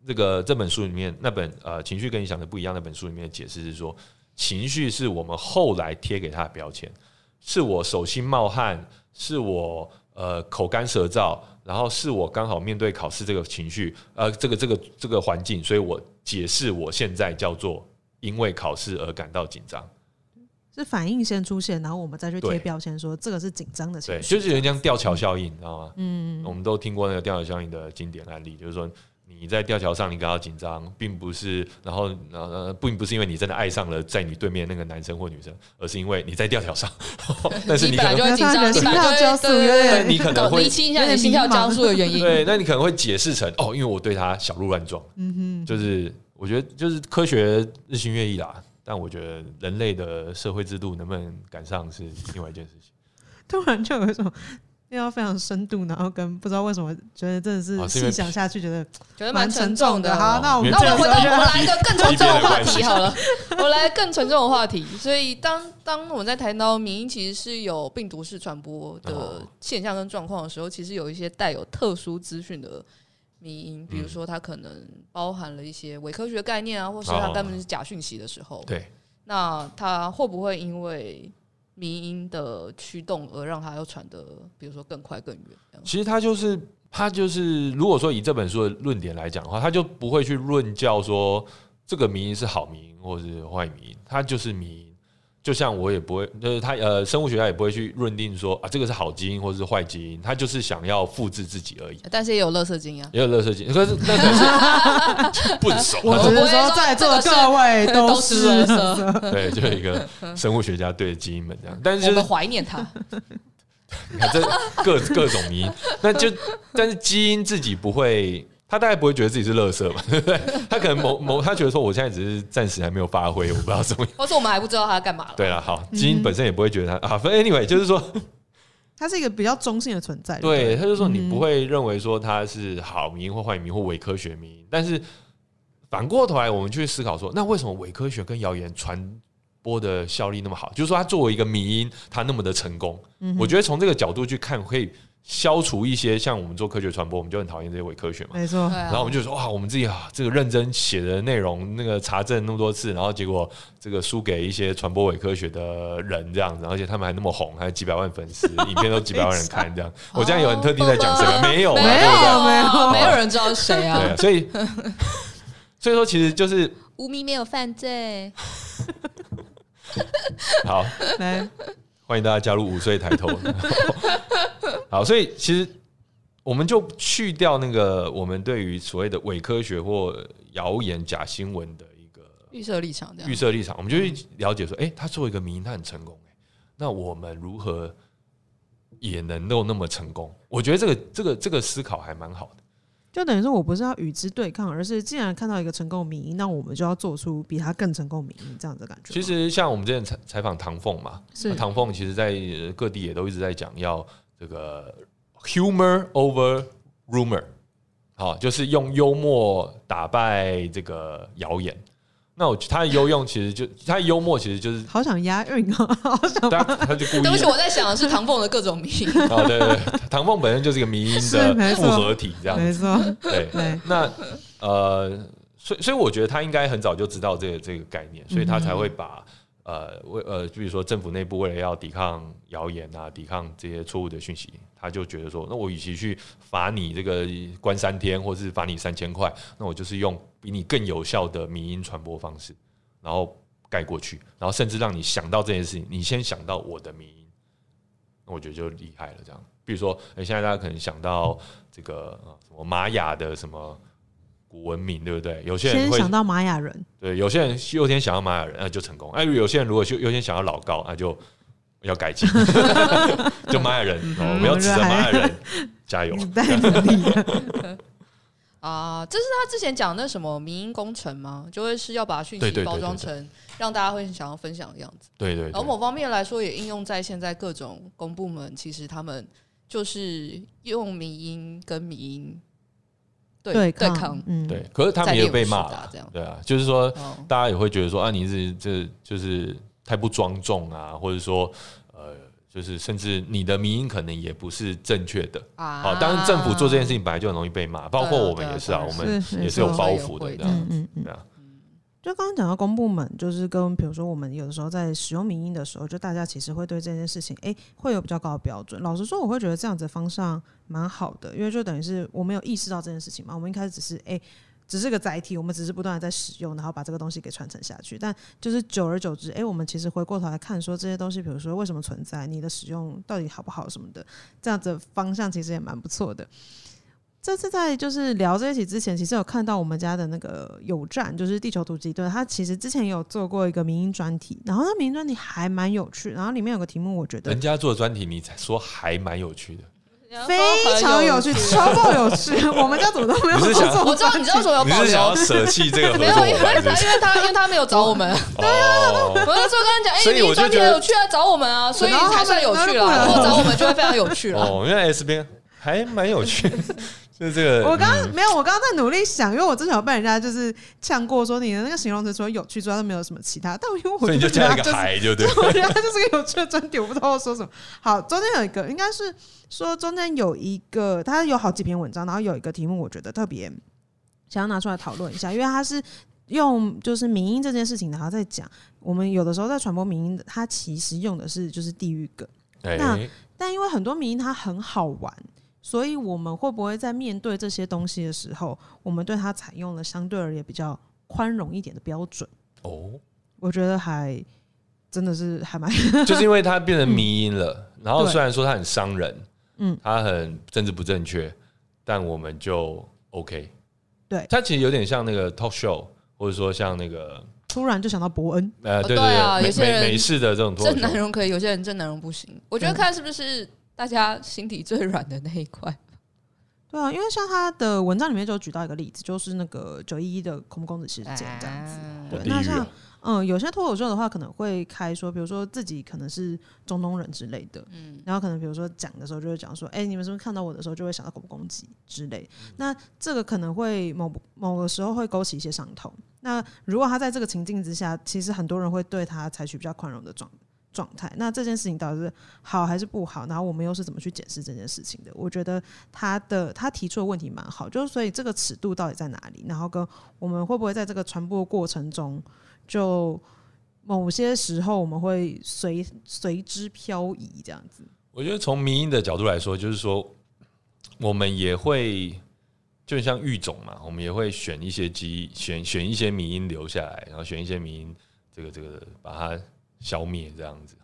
这个这本书里面，那本呃情绪跟你想的不一样那本书里面的解释是说，情绪是我们后来贴给他的标签，是我手心冒汗，是我呃口干舌燥，然后是我刚好面对考试这个情绪，呃，这个这个这个环境，所以我解释我现在叫做因为考试而感到紧张，是反应先出现，然后我们再去贴对标签说这个是紧张的对，情绪，就是有点像吊桥效应，你知道吗？嗯，我们都听过那个吊桥效应的经典案例，就是说。你在吊桥上，你感到紧张，并不是，然后呃，并不是因为你真的爱上了在你对面那个男生或女生，而是因为你在吊桥上，但是你可本能来就会紧那他的心张，你本跳来就加会速对有对点对，但你可能会搞厘清一下你心跳加速的原 [LAUGHS] 因。对，那你可能会解释成哦，因为我对他小鹿乱撞，嗯哼，就是我觉得就是科学日新月异啦，但我觉得人类的社会制度能不能赶上是另外一件事情，突然就有一种。要非常深度，然后跟不知道为什么觉得真的哦是是因为啊细想下去，觉得觉得蛮蛮沉沉重重的。的。好，那我们你那这我个们时候回到我来一个更沉重的即话题便好了，我来更沉重的话题。所以当当我们在谈到民意其实是有病毒式传播的哦现象跟状况的时候，其实有一些带有特殊资讯的。迷因，比如说它可能包含了一些伪科学概念啊，或是它哦根本是假讯息的时候，对，那它会不会因为迷因的驱动而让它又传得，比如说更快更远？这样其实他就是他就是，如果说以这本书的论点来讲的话，他就不会去论教说这个迷因是好迷因或是坏迷因，它就是迷因。就像我也不会，就是他呃，生物学家也不会去认定说啊，这个是好基因或者是坏基因，他就是想要复制自己而已。但是也有乐色精啊，也有乐色基因，可是那可是 [LAUGHS] 笨手啊，我 [LAUGHS] 只是我不说会说在座这个是各位都都是是乐色，对，就有一个生物学家对着基因们这样，但是我就们是怀念它。你看这各各种迷因，那就但是基因自己不会，他大概不会觉得自己是乐色吧，对不对？他可能某某他觉得说我现在只是暂时还没有发挥，我不知道怎么样。或是我们还不知道他干嘛了。对了，好，基因本身也不会觉得他、啊，反正 anyway 就是说，它是一个比较中性的存在。对，嗯不他就说你不会认为说他是好迷因或坏迷因或伪科学迷因，但是反过头来我们去思考说，那为什么伪科学跟谣言传播的效力那么好？就是说，它作为一个迷因，它那么的成功。嗯我觉得从这个角度去看，可以消除一些像我们做科学传播，我们就很讨厌这些伪科学嘛。没错对，啊然后我们就说哇，我们自己啊，这个认真写的内容，那个查证那么多次，然后结果这个输给一些传播伪科学的人这样子，而且他们还那么红，还有几百万粉丝，影片都几百万人看这样。我这样有很特定在讲谁吗？没 [LAUGHS] 有啊，没对不对有没有没有人知道是谁哦对啊啊，。所以 [LAUGHS] 所以说其实就是无名没有犯罪，好，来，欢迎大家加入五岁抬头。 [LAUGHS] 好，所以其实我们就去掉那个我们对于所谓的伪科学或谣言、假新闻的一个预设立场这 [LAUGHS] 预样。设立场，我们就去了解说，哎、他作为一个名，他很成功、诶那我们如何也能够那么成功？我觉得这个这个这个思考还蛮好的。就等于说我不是要与之对抗，而是既然看到一个成功的民意，那我们就要做出比他更成功的民意这样子的感觉吗。其实像我们之前采采访唐凤嘛，是那唐凤其实在呃各地也都一直在讲要这个 humor over rumor，好，就是用幽默打败这个谣言。那我他的幽用其实就他的幽默其实 [LAUGHS] 就是好想押韵啊，好想他他就故意对不起，我在想的是唐凤的各种 [LAUGHS] 名。哦，对对，对唐凤本身就是一个迷因是的没复错合体， [LAUGHS] 这样没子。错，对，对，那呃，所以所以我觉得他应该很早就知道这个这个概念，所以他才会把呃为呃，比如说政府内部为了要抵抗谣言啊，抵抗这些错误的讯息，他就觉得说，那我与其去罚你这个关三天，或是罚你三千块，那我就是用比你更有效的民音传播方式，然后盖过去，然后甚至让你想到这件事情，你先想到我的民音，那我觉得就厉害了。这样，比如说，哎、现在大家可能想到这个呃什么玛雅的什么古文明，对不对？有些人先会想到玛雅人，对，有些人优先想要玛雅人，那、就成功；哎、有些人如果就优先想要老高，那、就要改进， [LAUGHS] 就玛雅人，哦我们要指着玛雅人加油。你嗯在努力啊，啊，这是他之前讲那什么民音工程吗？就会是要把讯对对息对包装对成让大家会想要分享的样子。对对而对，某方面来说，也应用在现在各种公部门，其实他们就是用民音跟民音对对抗，嗯，对，可是他们在也练被武士骂的啊了这样，对啊，就是说哦，大家也会觉得说啊，你是这就是太不庄重啊，或者说呃，就是甚至你的民音可能也不是正确的。啊好，当然政府做这件事情本来就很容易被骂，包括我们也是啊，对啊我对啊们是也是没错有包袱的这样嗯子。嗯嗯对啊。就刚刚讲到公部门，就是跟比如说我们有的时候在使用民音的时候，就大家其实会对这件事情，诶，会有比较高的标准。老实说，我会觉得这样子的方向蛮好的，因为就等于是我们有意识到这件事情嘛，我们一开始只是诶，只是个载体，我们只是不断的在使用，然后把这个东西给传承下去。但就是久而久之，诶，我们其实回过头来看，说这些东西，比如说为什么存在，你的使用到底好不好什么的，这样子的方向其实也蛮不错的。这次在就是聊这一期之前，其实有看到我们家的那个友站，就是地球突击队，他其实之前也有做过一个民音专题，然后那民音专题还蛮有趣，然后里面有个题目，我觉得嗯人家做的专题，你才说还蛮有趣的，嗯非常有趣，超爆有趣，我们家怎么都没有你做是想这种我知道，专你知道为题什么有你保是想要留？舍弃这个合没 [LAUGHS] 有，因作为伙他伴是不是？因为他因为他没有找我们，啊哦，我那时候跟他讲，哎，所以你我就专题觉很得有趣啊，找我们啊，所以然后他才们算有趣然后了。如不果找我们，就会非常有趣了。哦，原来 S 边还蛮有趣的， [LAUGHS] 就是这个。嗯我刚刚没有，我刚刚在努力想，因为我之前有被人家就是呛过，说你的那个形容词除了有趣之外都没有什么其他。但因为我所以你就觉加得了它一就是 [LAUGHS] 个，还，就对了。我觉得它就是个有趣的专题，我不知道要说什么。好，中间有一个应该是说中间有一个，它有好几篇文章，然后有一个题目我觉得特别想要拿出来讨论一下，因为它是用就是民音这件事情，然后再讲我们有的时候在传播民音的，它其实用的是就是地域梗。那哎，但因为很多迷因它很好玩，所以我们会不会在面对这些东西的时候，我们对它采用了相对而言比较宽容一点的标准？哦，我觉得还真的是还蛮 [LAUGHS] 就是因为它变成迷因了。然后对虽然说它很伤人，嗯嗯，它很政治不正确，但我们就 OK。对它其实有点像那个 talk show，或者说像那个突然就想到伯恩，呃，哦对对啊对对，有些美人美美式的这种脱正口南秀。容可以，有些人正南容不行。我觉嗯得看是不是大家心底最软的那一块。对啊，因为像他的文章里面就有举到一个例子，就是那个九一一的恐怖公子事件这样子。啊对，地那狱像啊，嗯，有些脱口秀的话，可能会开说，比如说自己可能是中东人之类的，嗯，然后可能比如说讲的时候就会讲说，哎、你们是不是看到我的时候就会想到恐怖攻击之类？嗯那这个可能会某某个时候会勾起一些伤痛。那如果他在这个情境之下，其实很多人会对他采取比较宽容的状状态。那这件事情到底是好还是不好？然后我们又是怎么去解释这件事情的？我觉得他的他提出的问题蛮好，就是所以这个尺度到底在哪里？然后跟我们会不会在这个传播过程中，就某些时候我们会随随之漂移这样子？我觉得从民音的角度来说，就是说我们也会。就像育种嘛，我们也会选一些基选选一些民音留下来，然后选一些民音，这个这个把它消灭这样子。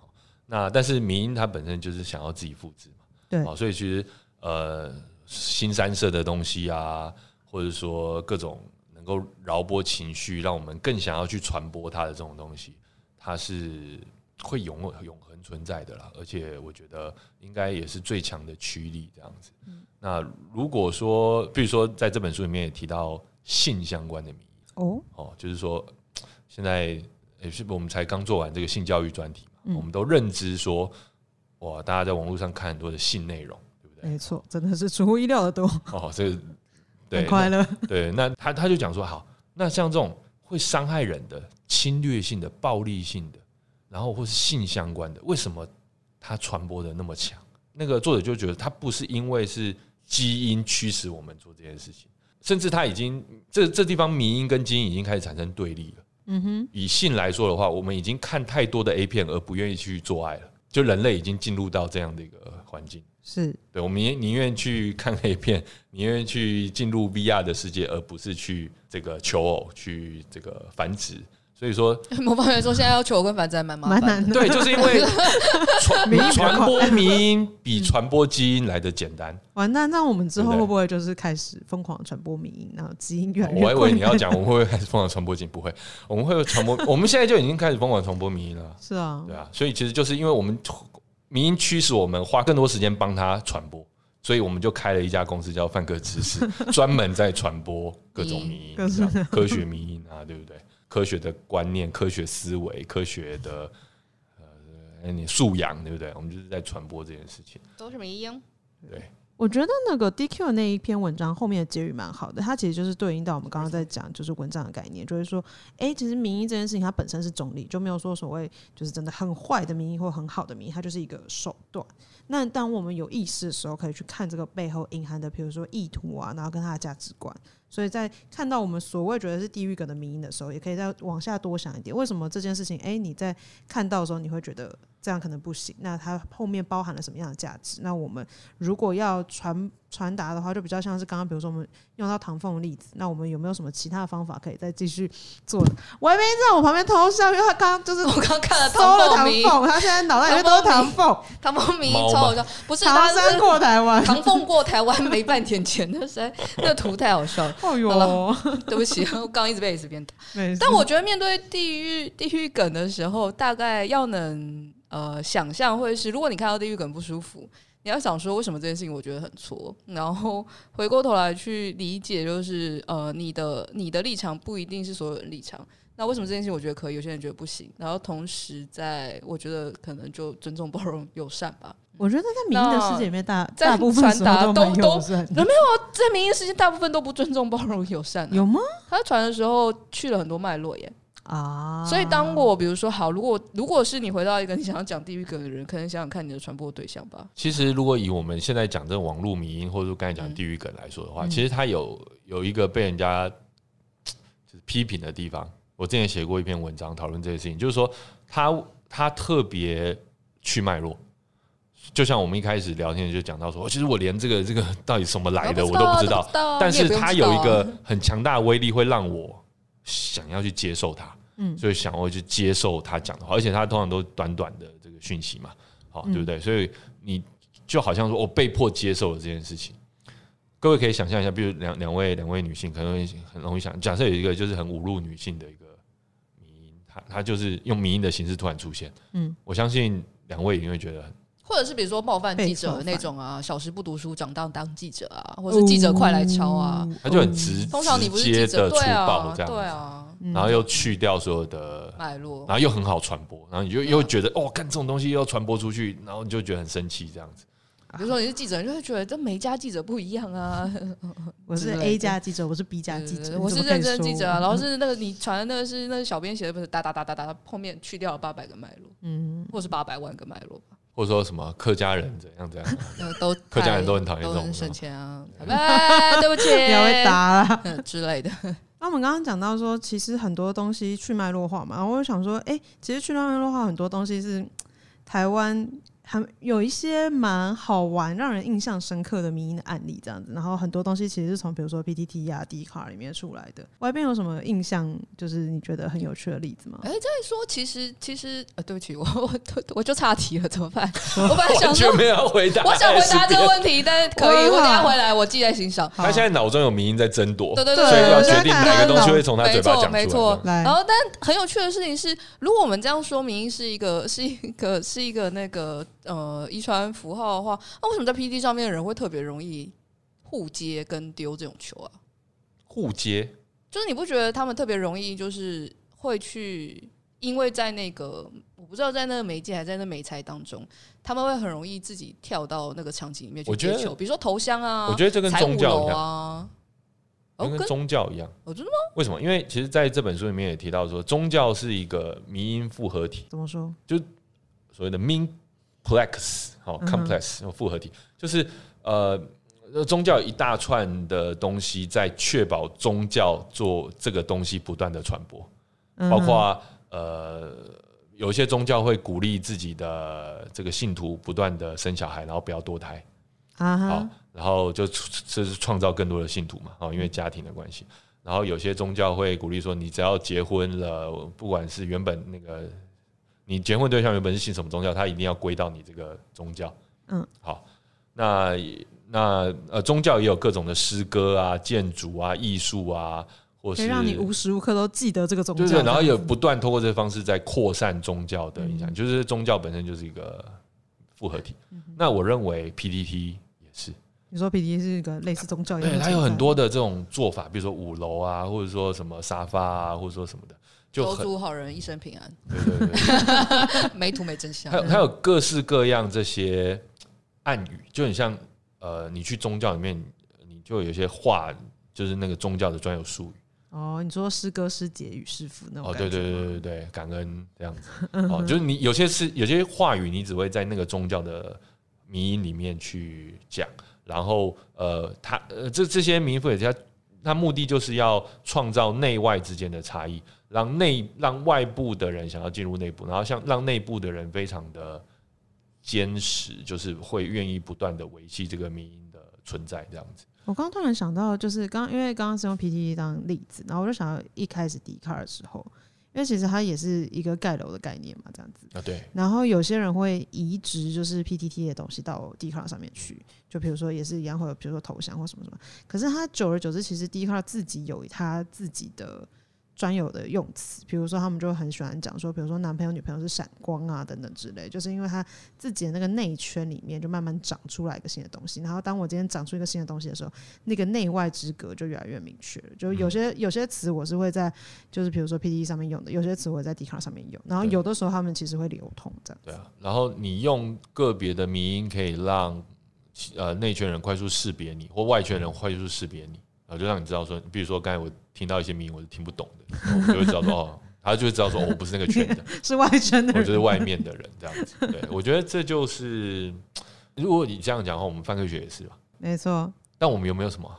那但是民音它本身就是想要自己复制嘛，对哦，所以其实呃新三色的东西啊，或者说各种能够饶波情绪，让我们更想要去传播它的这种东西，它是会永永恒存在的啦。而且我觉得应该也是最强的驱力这样子。嗯那如果说，比如说在这本书里面也提到性相关的迷义哦，哦，就是说现在也是我们才刚做完这个性教育专题嘛，嗯我们都认知说，哇，大家在网络上看很多的性内容，对不对？没错，真的是出乎意料的多，哦，这个对很快乐。对，那他他就讲说，好，那像这种会伤害人的、侵略性的、暴力性的，然后或是性相关的，为什么它传播的那么强？那个作者就觉得，他不是因为是基因驱使我们做这件事情，甚至他已经这这地方迷因跟基因已经开始产生对立了。嗯哼，以性来说的话，我们已经看太多的 A 片而不愿意去做爱了，就人类已经进入到这样的一个呃环境。是对，我们也宁愿去看黑片， [LAUGHS] 宁愿去进入 VR 的世界，而不是去这个求偶、去这个繁殖。所 [LAUGHS] 以说，某方面说，现在要求我跟反正还蛮麻蛮烦难的，的，对，就是因为迷因比较传传播迷因比传播基因来的简单。 [LAUGHS] 完蛋。那我们之后对不对会不会就是开始疯狂传播迷因，然后基 [LAUGHS] 因越来越哦我还以为困你要难讲，我们会开始疯狂传播基因，不会，我们会传播，我们现在就已经开始疯狂传播迷因了，是啊对，啊。所以其实就是因为我们迷因驱使我们花更多时间帮它传播，所以我们就开了一家公司叫范科知 [LAUGHS] 识，专门在传播各种迷因。各这样科学迷因啊，对不对？科学的观念、科学思维、科学的呃，你素养，对不对？我们就是在传播这件事情。都是迷因。对，我觉得那个 DQ 的那一篇文章后面的结语蛮好的，它其实就是对应到我们刚刚在讲就是文章的概念，就是说，哎、其实民意这件事情它本身是中立，就没有说所谓就是真的很坏的民意或很好的民意，它就是一个手段。那当我们有意识的时候，可以去看这个背后隐含的，比如说意图啊，然后跟它的价值观。所以在看到我们所谓觉得是地狱梗的民意的时候，也可以再往下多想一点，为什么这件事情，哎、你在看到的时候你会觉得这样可能不行？那它后面包含了什么样的价值？那我们如果要传传达的话，就比较像是刚刚，比如说我们用到唐凤的例子，那我们有没有什么其他的方法可以再继续做的？我还没在我旁边偷笑，因为他刚刚就是我刚看 [LAUGHS] 了偷了唐唐凤迷，凤，他现在脑袋里面都是唐凤，唐凤迷猫超吗好笑，不是唐他山是过台 [LAUGHS] 湾。唐凤过台湾没半点钱，那实在那图太好笑了，哦好哟了，对不起，我刚刚一直被椅子边打。没事但我觉得面对地狱地狱梗的时候，大概要能呃想象会是，如果你看到地狱梗不舒服，你要想说为什么这件事情我觉得很错，然后回过头来去理解，就是呃你的你的立场不一定是所有人立场。那为什么这件事情我觉得可以，有些人觉得不行？然后同时在我觉得可能就尊重、包容、友善吧。我觉得在民意的世界里面，大在大部分时候传达蛮都友善的都在民意世界，大部分都不尊重、包容、友善、啊。有吗？他传的时候去了很多脉络耶，啊，所以当我比如说好，如果如果是你回到一个你想要讲地狱梗的人，可能想想看你的传播对象吧。其实如果以我们现在讲这种网络迷因，或者说刚才讲地狱梗来说的话，其实它有有一个被人家就是批评的地方。我之前写过一篇文章讨论这件事情，就是说它它特别去脉络。就像我们一开始聊天就讲到说，哦其实我连这个这个到底什么来的我都不知道，道但是它有一，你也不用知道个啊很强大的威力，会让我想要去接受它，嗯所以想要去接受他讲的话，而且他通常都短短的这个讯息嘛，好，嗯对不对？所以你就好像说我被迫接受了这件事情。各位可以想象一下，比如两两位两位女性，可能会很容易想，假设有一个就是很侮辱女性的一个迷因，她她就是用迷因的形式突然出现，嗯嗯，我相信两位一定会觉得或者是比如说冒犯被记者冒犯那种啊，小时不读书，长大当记者啊，或是记者快来敲啊。哦他就很直通常你不直是接记的者，粗对啊暴，这样对子，啊，然后又去掉所有的，脉络然。后又很好传播，然后你就又觉得哦，干这种东西又要传播出去，然后你就觉得很生气这样子。比如说你是记者，你就会觉得这每一家记者不一样啊。我是之类的 A 加记呃者，我是 B [LAUGHS] 加记对者，我你怎是么可以认真记者啊。说然后是那个你传的那个是那个小编写的，不是哒哒哒哒哒，后面去掉了八百个脉络，嗯，或是八百万个脉络吧。或者说什么客家人怎样怎样，呃都客家人太都很讨厌这都种很的省钱啊。 [LAUGHS] 拜，对不起，你还会打啦。嗯之类的。那我们刚刚讲到说，其实很多东西去脉络化嘛，然后我就想说，哎、其实去脉络化很多东西是嗯台湾还有一些蛮好玩、让人印象深刻的民营的案例这样子，然后很多东西其实是从比如说 PTT 啊、D 卡里面出来的。外边有什么印象，就是你觉得很有趣的例子吗？哎、再说，其实其实，呃，对不起，我 [LAUGHS] 我我就岔题了，怎么办？ [LAUGHS] [LAUGHS] 我本来想完全说，没有要回答。我想回答这个问题，但是可以，哇我等一下回来，我记在心上。好他现在脑中有迷因在争夺，对对对所以要我觉得决定哪个东西会从他嘴没巴讲出错来。没错。来然后，但很有趣的事情是，如果我们这样说明是一个 [LAUGHS] 是一个是一个那个呃遗传符号的话，那、为什么在 P D 上面的人会特别容易互接跟丢这种球啊？互接，就是你不觉得他们特别容易，就是会去，因为在那个我不知道在那个媒介还在那媒材当中，他们会很容易自己跳到那个场景里面去我觉接得球，比如说投降啊，我觉得这跟财宗务教一楼样，啊，这哦，跟跟宗教一样。我真的为什么？因为其实在这本书里面也提到说，宗教是一个迷因复合体，怎么说？所谓的 min plex 好、嗯哼 complex 哦复合体，就是呃。宗教一大串的东西，在确保宗教做这个东西不断的传播，嗯包哼括呃，有一些宗教会鼓励自己的这个信徒不断的生小孩，然后不要堕胎，啊好哈，，然后就就是创造更多的信徒嘛，嗯哦，因为家庭的关系。然后有些宗教会鼓励说，你只要结婚了，不管是原本那个你结婚对象原本是信什么宗教，他一定要归到你这个宗教。嗯，好，那那呃，宗教也有各种的诗歌啊、建筑啊、艺术啊，或可是以让你无时无刻都记得这个宗对教。对，然后也不断通过这个方式在扩散宗教的影响，就是宗教本身就是一个复合体。那我认为 PDT 也是。你说 PTT 是一个类似宗教一样的对，存在，它有很多的这种做法，比如说五楼啊，或者说什么沙发啊，或者说什么的，就求很助好人一生平安， [LAUGHS] 对对对对，没图没真相 [LAUGHS] 还。有还有各式各样这些暗语，就很像呃，你去宗教里面，你就有一些话，就是那个宗教的专有术语。哦。你说师哥、师姐与师父那种哦，感觉对对对对对，感恩这样 [LAUGHS] 子。哦，就是你有些是有些话语，你只会在那个宗教的迷音里面去讲，然后呃，他呃这这些迷也他他目的就是要创造内外之间的差异，让内让外部的人想要进入内部，然后像让内部的人非常的坚持，就是会愿意不断的维系这个迷音的存在，这样子。我刚刚突然想到，就是刚因为刚刚是用 PTT 当例子，然后我就想到一开始迪卡的时候，因为其实它也是一个盖楼的概念嘛，这样子。啊，对，然后有些人会移植就是 PTT 的东西到 d 卡上面去，就比如说也是一样会有，比如说头像或什么什么。可是它久而久之，其实 d 卡自己有它自己的专有的用词，比如说他们就很喜欢讲说，比如说男朋友、女朋友是闪光啊等等之类，就是因为他自己的那个内圈里面就慢慢长出来一个新的东西。然后当我今天长出一个新的东西的时候，那个内外之隔就越来越明确了。就嗯有些、有些词我是会在就是比如说 PTT 上面用的，有些词我会在 d 卡上面用，然后对有的时候他们其实会流通这样。对啊，然后你用个别的迷音可以让其呃内圈人快速识别你，或外圈人快速识别你，然后就让你知道说，比如说刚才我听到一些迷音我是听不懂的， [LAUGHS] 然后我就会知道说哦，他就会知道说、哦、我不是那个 [LAUGHS] 圈的，是外圈的我人，就是外面的人这样子。对，我觉得这就是如果你这样讲的话，我们范科学也是吧？没错。但我们有没有什么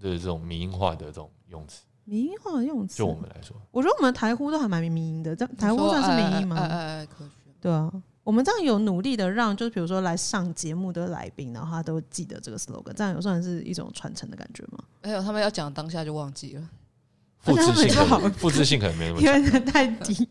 就是这种迷音化的这种用词？民音化的用词，就我们来说，我觉得我们台呼都还蛮民音的，但台呼说算是哎民音哎吗？哎哎科学对啊，我们这样有努力的让，就是比如说来上节目的来宾，然后他都记得这个 slogan，这样有算是一种传承的感觉吗？还哎有他们要讲当下就忘记了，而复啊且他制们性就可好能复制性可能没那么因强，为太低，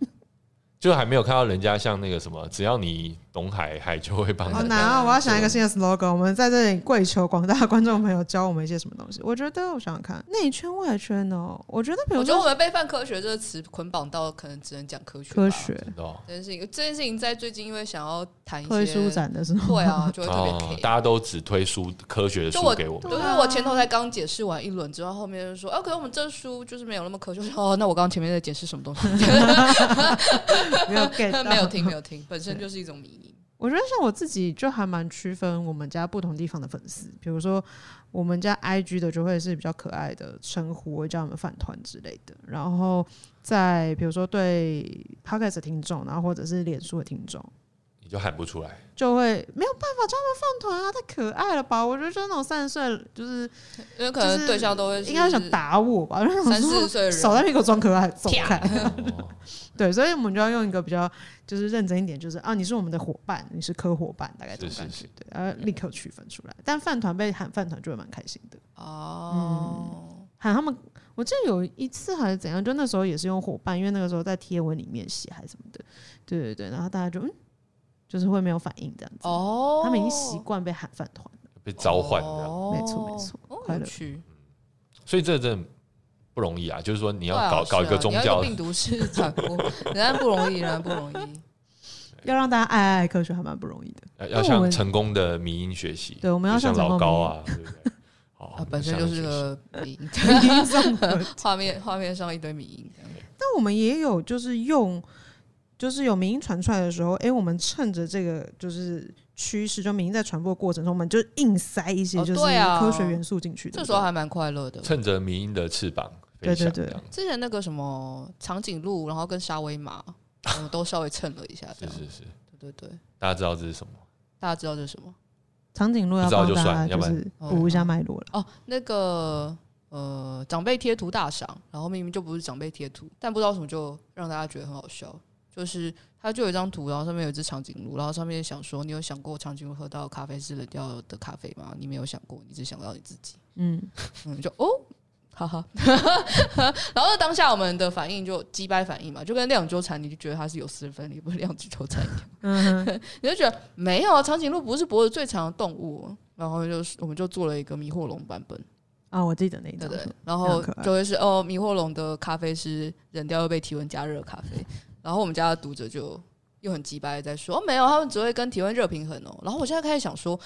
就还没有看到人家像那个什么，只要你董海海就会帮好你。难啊！我要想一个新的 slogan。我们在这里跪求广大的观众朋友教我们一些什么东西。我觉得我想想看，内圈外圈哦，我觉得比我如觉得说我们被“泛科学”这个词捆绑到，可能只能讲科学。科，学知道这件事情，这件事情在最近因为想要谈一些推书，展的 [LAUGHS] 时候，对啊，就会特别 care。哦大家都只推书科学的就书我给我们。对，因为我前头才刚解释完一轮之后，后面就说，啊，可是我们这书就是没有那么科学。我说 [LAUGHS] 哦，那我刚刚前面在解释什么东西？ [LAUGHS] 没有 get 到 [LAUGHS] 没有听，没有听，本身就是一种迷因。我觉得像我自己就还蛮区分我们家不同地方的粉丝，比如说我们家 IG 的就会是比较可爱的称呼，我会叫他们饭团之类的。然后在比如说对 podcast 的听众，然后或者是脸书的听众，你就喊不出 [LAUGHS] 来，就会没有办法叫他们饭团啊，太可爱了吧！我觉得就是那种三十岁，就是因为可能对象都会是应该想打我吧，然后想三四说岁的人，少在那边给我装可爱，走开。哦 [LAUGHS] 对，所以我们就要用一个比较就是认真一点，就是啊，你是我们的伙伴，你是科伙伴，大概这种是感觉，是是对，然呃后立嗯刻区分出来。但饭团被喊饭团就会蛮开心的，嗯哦，喊他们，我记得有一次还是怎样，就那时候也是用伙伴，因为那个时候在贴文里面写还是什么的，对对对，然后大家就嗯，就是会没有反应这样子，哦，他们已经习惯被喊饭团了，被召唤这样，哦没错没错哦快乐有趣。所以这真的不容易啊。就是说你要对啊搞是啊搞一个宗你要教，病毒式传播，仍然 [LAUGHS] 不容易，仍然不容易。要让大家爱爱爱科学还蛮不容易 [LAUGHS] 的。呃那要我向们成功的迷音学习。对我们要就向像成功老的迷高因啊，对不对？哦好啊，本身就是个迷因， [LAUGHS] 民众的画面画面上一堆迷因这样。但我们也有就是用，就是有民音传出来的时候，诶，我们趁着这个就是趋势，就民音在传播过程中，我们就硬塞一些哦就是对啊科学元素进去的、这时候还蛮快乐的。趁着迷音的翅膀对对飞翔对这样。之前那个什么长颈鹿，然后跟沙威玛，我们都稍微蹭了一下，这是样是是，对对对。大家知道这是什么？大家知道这是什么？长颈鹿要不知道帮就大家算要就不然是补一下脉络了。哦，那个呃，长辈贴图大赏，然后明明就不是长辈贴图，但不知道为什么就让大家觉得很好笑。就是它就有一张图，然后上面有一只长颈鹿，然后上面想说，你有想过长颈鹿喝到咖啡是冷掉的咖啡吗？你没有想过，你只想到你自己。嗯，嗯，就哦，哈 [LAUGHS] 哈。然后当下我们的反应就击败反应嘛，就跟量纠缠，你就觉得它是有私人分离，不是量子纠 [LAUGHS] 缠一样。嗯你就觉得没有啊，长颈鹿不是脖子最长的动物。然后就是我们就做了一个迷惑龙版本。啊，我记得那一对张对图，，然非后常可爱就会是哦，迷惑龙的咖啡是冷掉又被体温加热的咖啡，然后我们家的读者就又很鸡掰地在说、哦、没有，他们只会跟体温热平衡哦。然后我现在开始想说，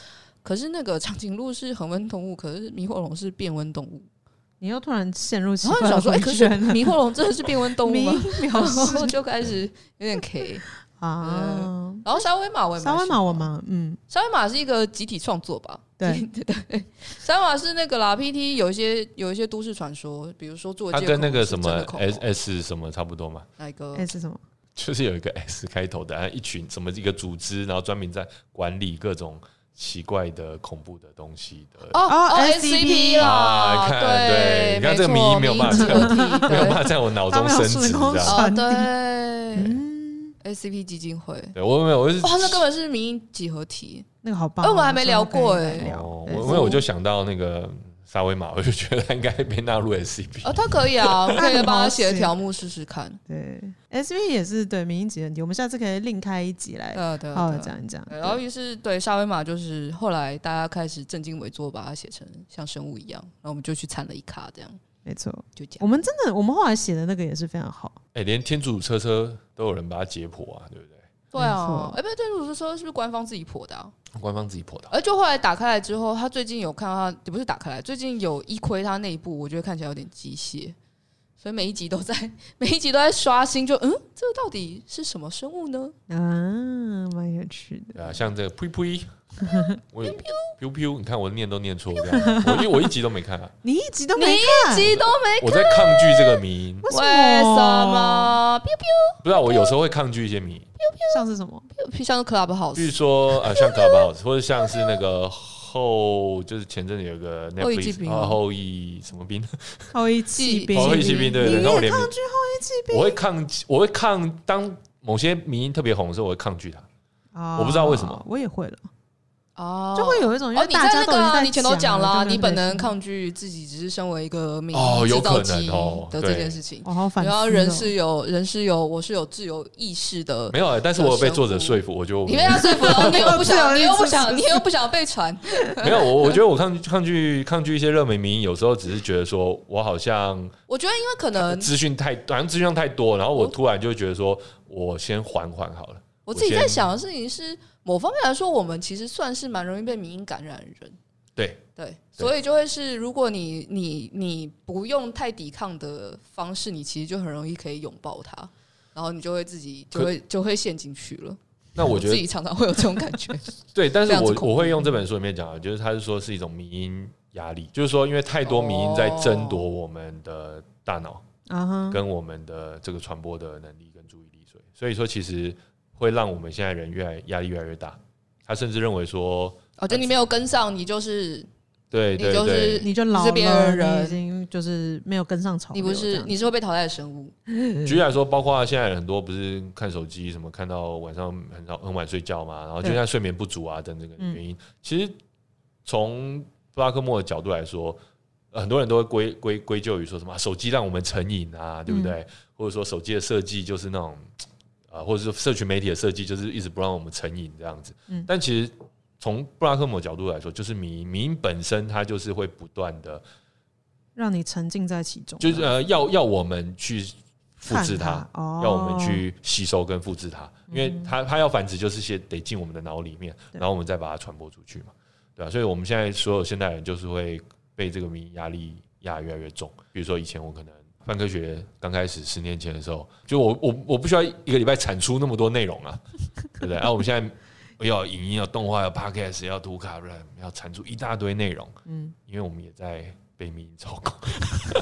可是那个长颈鹿是恒温动物，可是迷惑龙是变温动物，你又突然陷入奇然后怪就的想说，哎、回可是圈了，迷惑龙真的是变温动物迷 [LAUGHS] 吗？描然后述就开始有点 K，啊。然后沙威玛我也蛮沙威喜玛欢我们嗯，沙威玛是一个集体创作吧？对对，沙威玛是那个啦，PT 有一些有一些都市传说，比如说做它跟那个什么 S S S 什么差不多嘛，那个哎是什么？就是有一个 [LAUGHS] S 开头的，然后一群什么一个组织，然后专门在管理各种奇怪的、恐怖的东西的。哦哦 SCP SCP 啊啦，看对你看这个迷因没有办法 [LAUGHS] 法没有办法对，在我脑中他没有升值，时这空样。哦 [LAUGHS] 传递对嗯， ，SCP 基金会，对我没有，我是哦哦哇，那根本是迷因集合体，那个好棒哎哦。我们还没聊过哎哎，聊哦，对我因为我就想到那个嗯沙威玛，我就觉得它应该被纳入 S C P 哦，。他可以 [LAUGHS] 啊，我们可以帮他写那很好写条目试试看，对，S V 也是对民营级人体，我们下次可以另开一集来对啊对好好对。讲一讲。对然后于是对沙威玛就是后来大家开始正襟危坐，把它写成像生物一样，然后我们就去参了一卡，这样没错，就这样。我们真的，我们后来写的那个也是非常好。哎，连天主车车都有人把它解剖啊，对不对？对没啊错，哎，不对，对我是说是不是官方自己破的啊？官方自己破的啊，而就后来打开来之后，他最近有看到他，也不是打开来，最近有一窥他内部，我觉得看起来有点机械，所以每一集都在 [LAUGHS] 每一集都在刷新，就嗯，这个到底是什么生物呢？嗯，啊蛮有趣的。对啊，像这个噗 [LAUGHS] 噗，我有噗噗，你看我念都念错，这 [LAUGHS] 样，我因为我一集都没看啊，你一集都没你看，集都没我在抗拒这个迷 [LAUGHS] 为因，为什？么？不知道我有时候会抗拒一些迷因，像是什么？像是 Clubhouse，比如说呃，像 Clubhouse，或者像是那个后，就是前阵子有个后羿骑 Netflix 兵啊吗后羿什么兵， [LAUGHS] 后羿骑兵，后羿骑兵，对你对，对然后我也连抗拒后羿骑兵？我会抗拒，我会抗，呃当某些迷因特别红的时候，我会抗拒它。啊我不知道为什么，我也会了。哦就会有一种因哦，为你大家在那都已个经啊，在你前头讲了啊，了，你本能看抗拒自己只是身为一个民哦有制造可能机哦的对这件事情，哦，好反思然哦后人是有人是有我是有自由意识的没，有、欸，但是我有被作者说服，我觉得我你被他说服 [LAUGHS] 了，你又不想，你又不想，你又不想被传， [LAUGHS] 没有我，我觉得我抗拒抗拒抗拒一些热门名，有时候只是觉得说我好像我觉得因为可能资讯太好像资讯量太多，然后哦我突然就觉得说我先缓缓好了。我自己在先想的事情是，某方面来说，我们其实算是蛮容易被民音感染的人。对，对，所以就会是，如果你你你不用太抵抗的方式，你其实就很容易可以拥抱它，然后你就会自己就可会就会陷进去了。那我觉自得己常常会有这种感觉。对，但是非常之我恐怖我会用这本书里面讲的，就是他是说是一种迷因压力，就是说因为太多迷因在争夺我们的大脑啊哦哈，跟我们的这个传播的能力跟注意力，所以所以说其实会让我们现在人越来压力越来越大。他甚至认为说， [LAUGHS] 哦，就你没有跟上，你就是对你对就是对，你就老是别人了，人你已经就是哦没有跟上潮你流不这是样你是会被淘汰的生物。嗯举例来说，包括现在很多不是看手机什么，看到晚上很早很晚睡觉嘛，然后就对嗯像睡眠不足啊等等的原因。其实从布拉克莫的角度来说，呃很多人都会归归归咎于说什么、啊手机让我们成瘾啊，嗯对不对？或者说手机的设计就是那种啊、或者说社群媒体的设计就是一直不让我们成瘾这样子。嗯但其实从布拉克莫角度来说，就是迷因迷因本身它就是会不断的，让你沉浸在其中，啊就是呃要要我们去复看制它。哦，嗯要我们去吸收跟复制它，因为它它要繁殖就是先得进我们的脑里面，对然后我们再把它传播出去嘛，对吧、啊所以我们现在所有现代人就是会被这个民意压力压得越来越重。比如说以前我可能泛科学刚开始十年前的时候，就我我我不需要一个礼拜产出那么多内容啊，对不对？然、后我们现 [LAUGHS] 在。要有影音，要动画，要 podcast，要图卡，不然要产出一大堆内容。嗯嗯，因为我们也在被民意操控。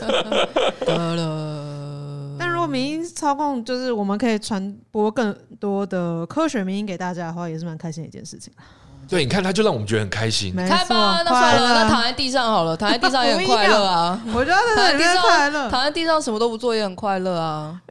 [LAUGHS] 得了，但如果民音操控，就是我们可以传播更多的科学民音给大家的话，也是蛮开心的一件事情。对，你看，他就让我们觉得很开心。没看错，吧，那快算了，那乐，躺在地上好了，躺在地上也很不一样快乐啊。 [LAUGHS] 我觉得在里面快乐。躺在地上什么都不做也很快乐啊。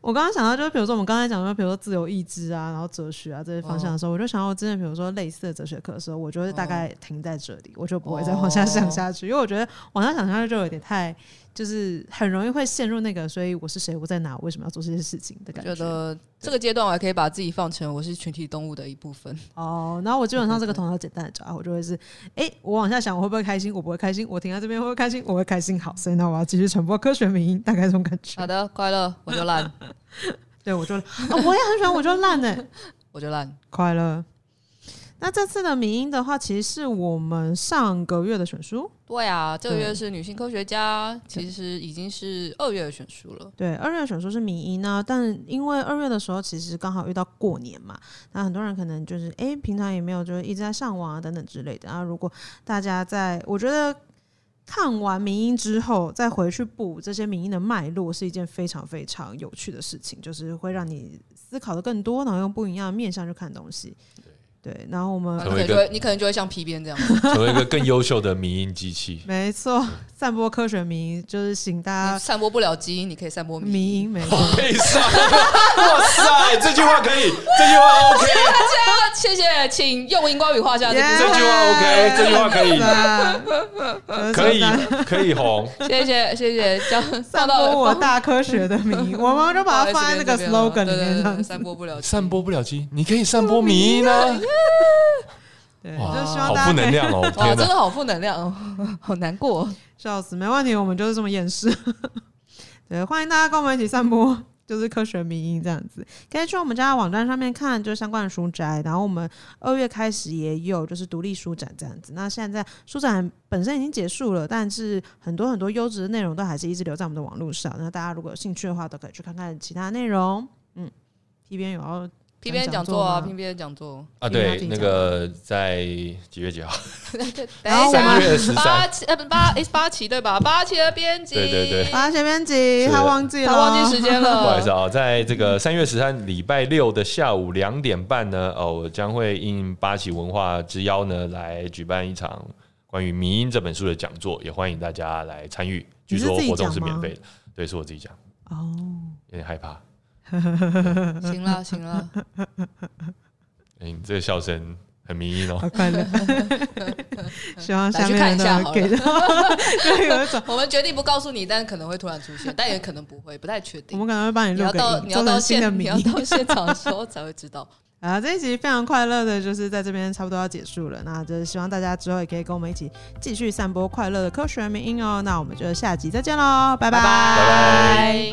我刚刚想到，就是比如说我们刚才讲说，比如说自由意志啊，然后哲学啊这些方向哦的时候，我就想到我之前比如说类似的哲学课的时候，我就会大概停在这哦里，我就不会再往下想下去，因为我觉得往下想下去就有点太，就是很容易会陷入那个，所以我是谁，我在哪，我为什么要做这些事情的我感觉得这个阶段我还可以把自己放成我是群体动物的一部 [LAUGHS] 分。哦，然后我基本上这个头脑简单的抓，我就会是，哎、我往下想，我会不会开心？我不会开心，我停在这边会不会开心？我会开心，好，所以那我要继续传播科学名音，大概这种感觉。好的，快乐我就烂，对，我就、啊我也很喜欢，我就烂哎、我就烂。快乐。那这次的名音的话，其实是我们上个月的选书，对啊，这个对月是女性科学家，其实已经是二月的选书了。对，二月的选书是名音呢、但因为二月的时候，其实刚好遇到过年嘛，那很多人可能就是哎、诶平常也没有就是一直在上网啊等等之类的。然后如果大家在，我觉得看完民音之后，再回去补这些民音的脉络，是一件非常非常有趣的事情，就是会让你思考的更多，然后用不一样的面向去看东西。对，然后我们你成可为一能就个会，你可能就会像皮鞭这样，你成为一个更优秀的迷音机器。没错，嗯散播科学名就是请大家 [LAUGHS] 散播不了基因，你可以散播迷。迷音，没错好，悲伤！啊 [LAUGHS] 哇塞，这句话可以，这 [LAUGHS] 句话哦 OK，大家谢谢，请用荧光笔画下这哦这个句话 OK，这句就是话可以，可以散，可以红。字，谢谢谢谢， [LAUGHS] 叫散放到播我大科学的名，我们就把它放在那个 slogan 里面，这啊对对样对子散播不了基因，散播不了基因，你可以散播迷音 [LAUGHS] 啊！对，哇就希好望大家负可能以量哦，哇，天真哪！的好负能量哦， [LAUGHS] 好难过。笑死，没问题，我们就是这么厌世。 [LAUGHS] 对，欢迎大家跟我们一起散播。 [LAUGHS] 就是科学迷音这样子，可以去我们家的网站上面看，就是相关的书摘。然后我们二月开始也有就是独立书展这样子。那现在书展本身已经结束了，但是很多很多优质的内容都还是一直留在我们的网络上。那大家如果有兴趣的话，都可以去看看其他内容。嗯，P 边有要皮鞭讲讲座座啊，吗皮鞭讲座，啊，对，那个在几月几号？然后我三们月十八三。期呃不八诶八期对吧？八期的编辑，对对对八啊前面集，他忘记了，他忘记时间了， [LAUGHS] 不好意思啊，在这个三月十三礼拜六的下午两点半呢，哦，我将会应八旗文化之邀呢，来举办一场关于《迷音》这本书的讲座，也欢迎大家来参与。据你是说自己活动讲是免吗费的，对，是我自己讲，哦。有点害怕。行了行了， [LAUGHS] 哎、你这个笑声很迷因哦。好快 [LAUGHS] 乐。希望下来去看面一下的好了给的， [LAUGHS] 就有一种 [LAUGHS] 我们决定不告诉你，但可能会突然出现，但也可能不会，不太确我定。们可能会帮你你录要个到影做你要成到新的现迷你要 [LAUGHS] 到现场的时候才会知道。啊，这一集非常快乐的，就是在这边差不多要结束了。那就是希望大家之后也可以跟我们一起继续散播快乐的科学民音哦。那我们就下集再见喽，拜拜拜。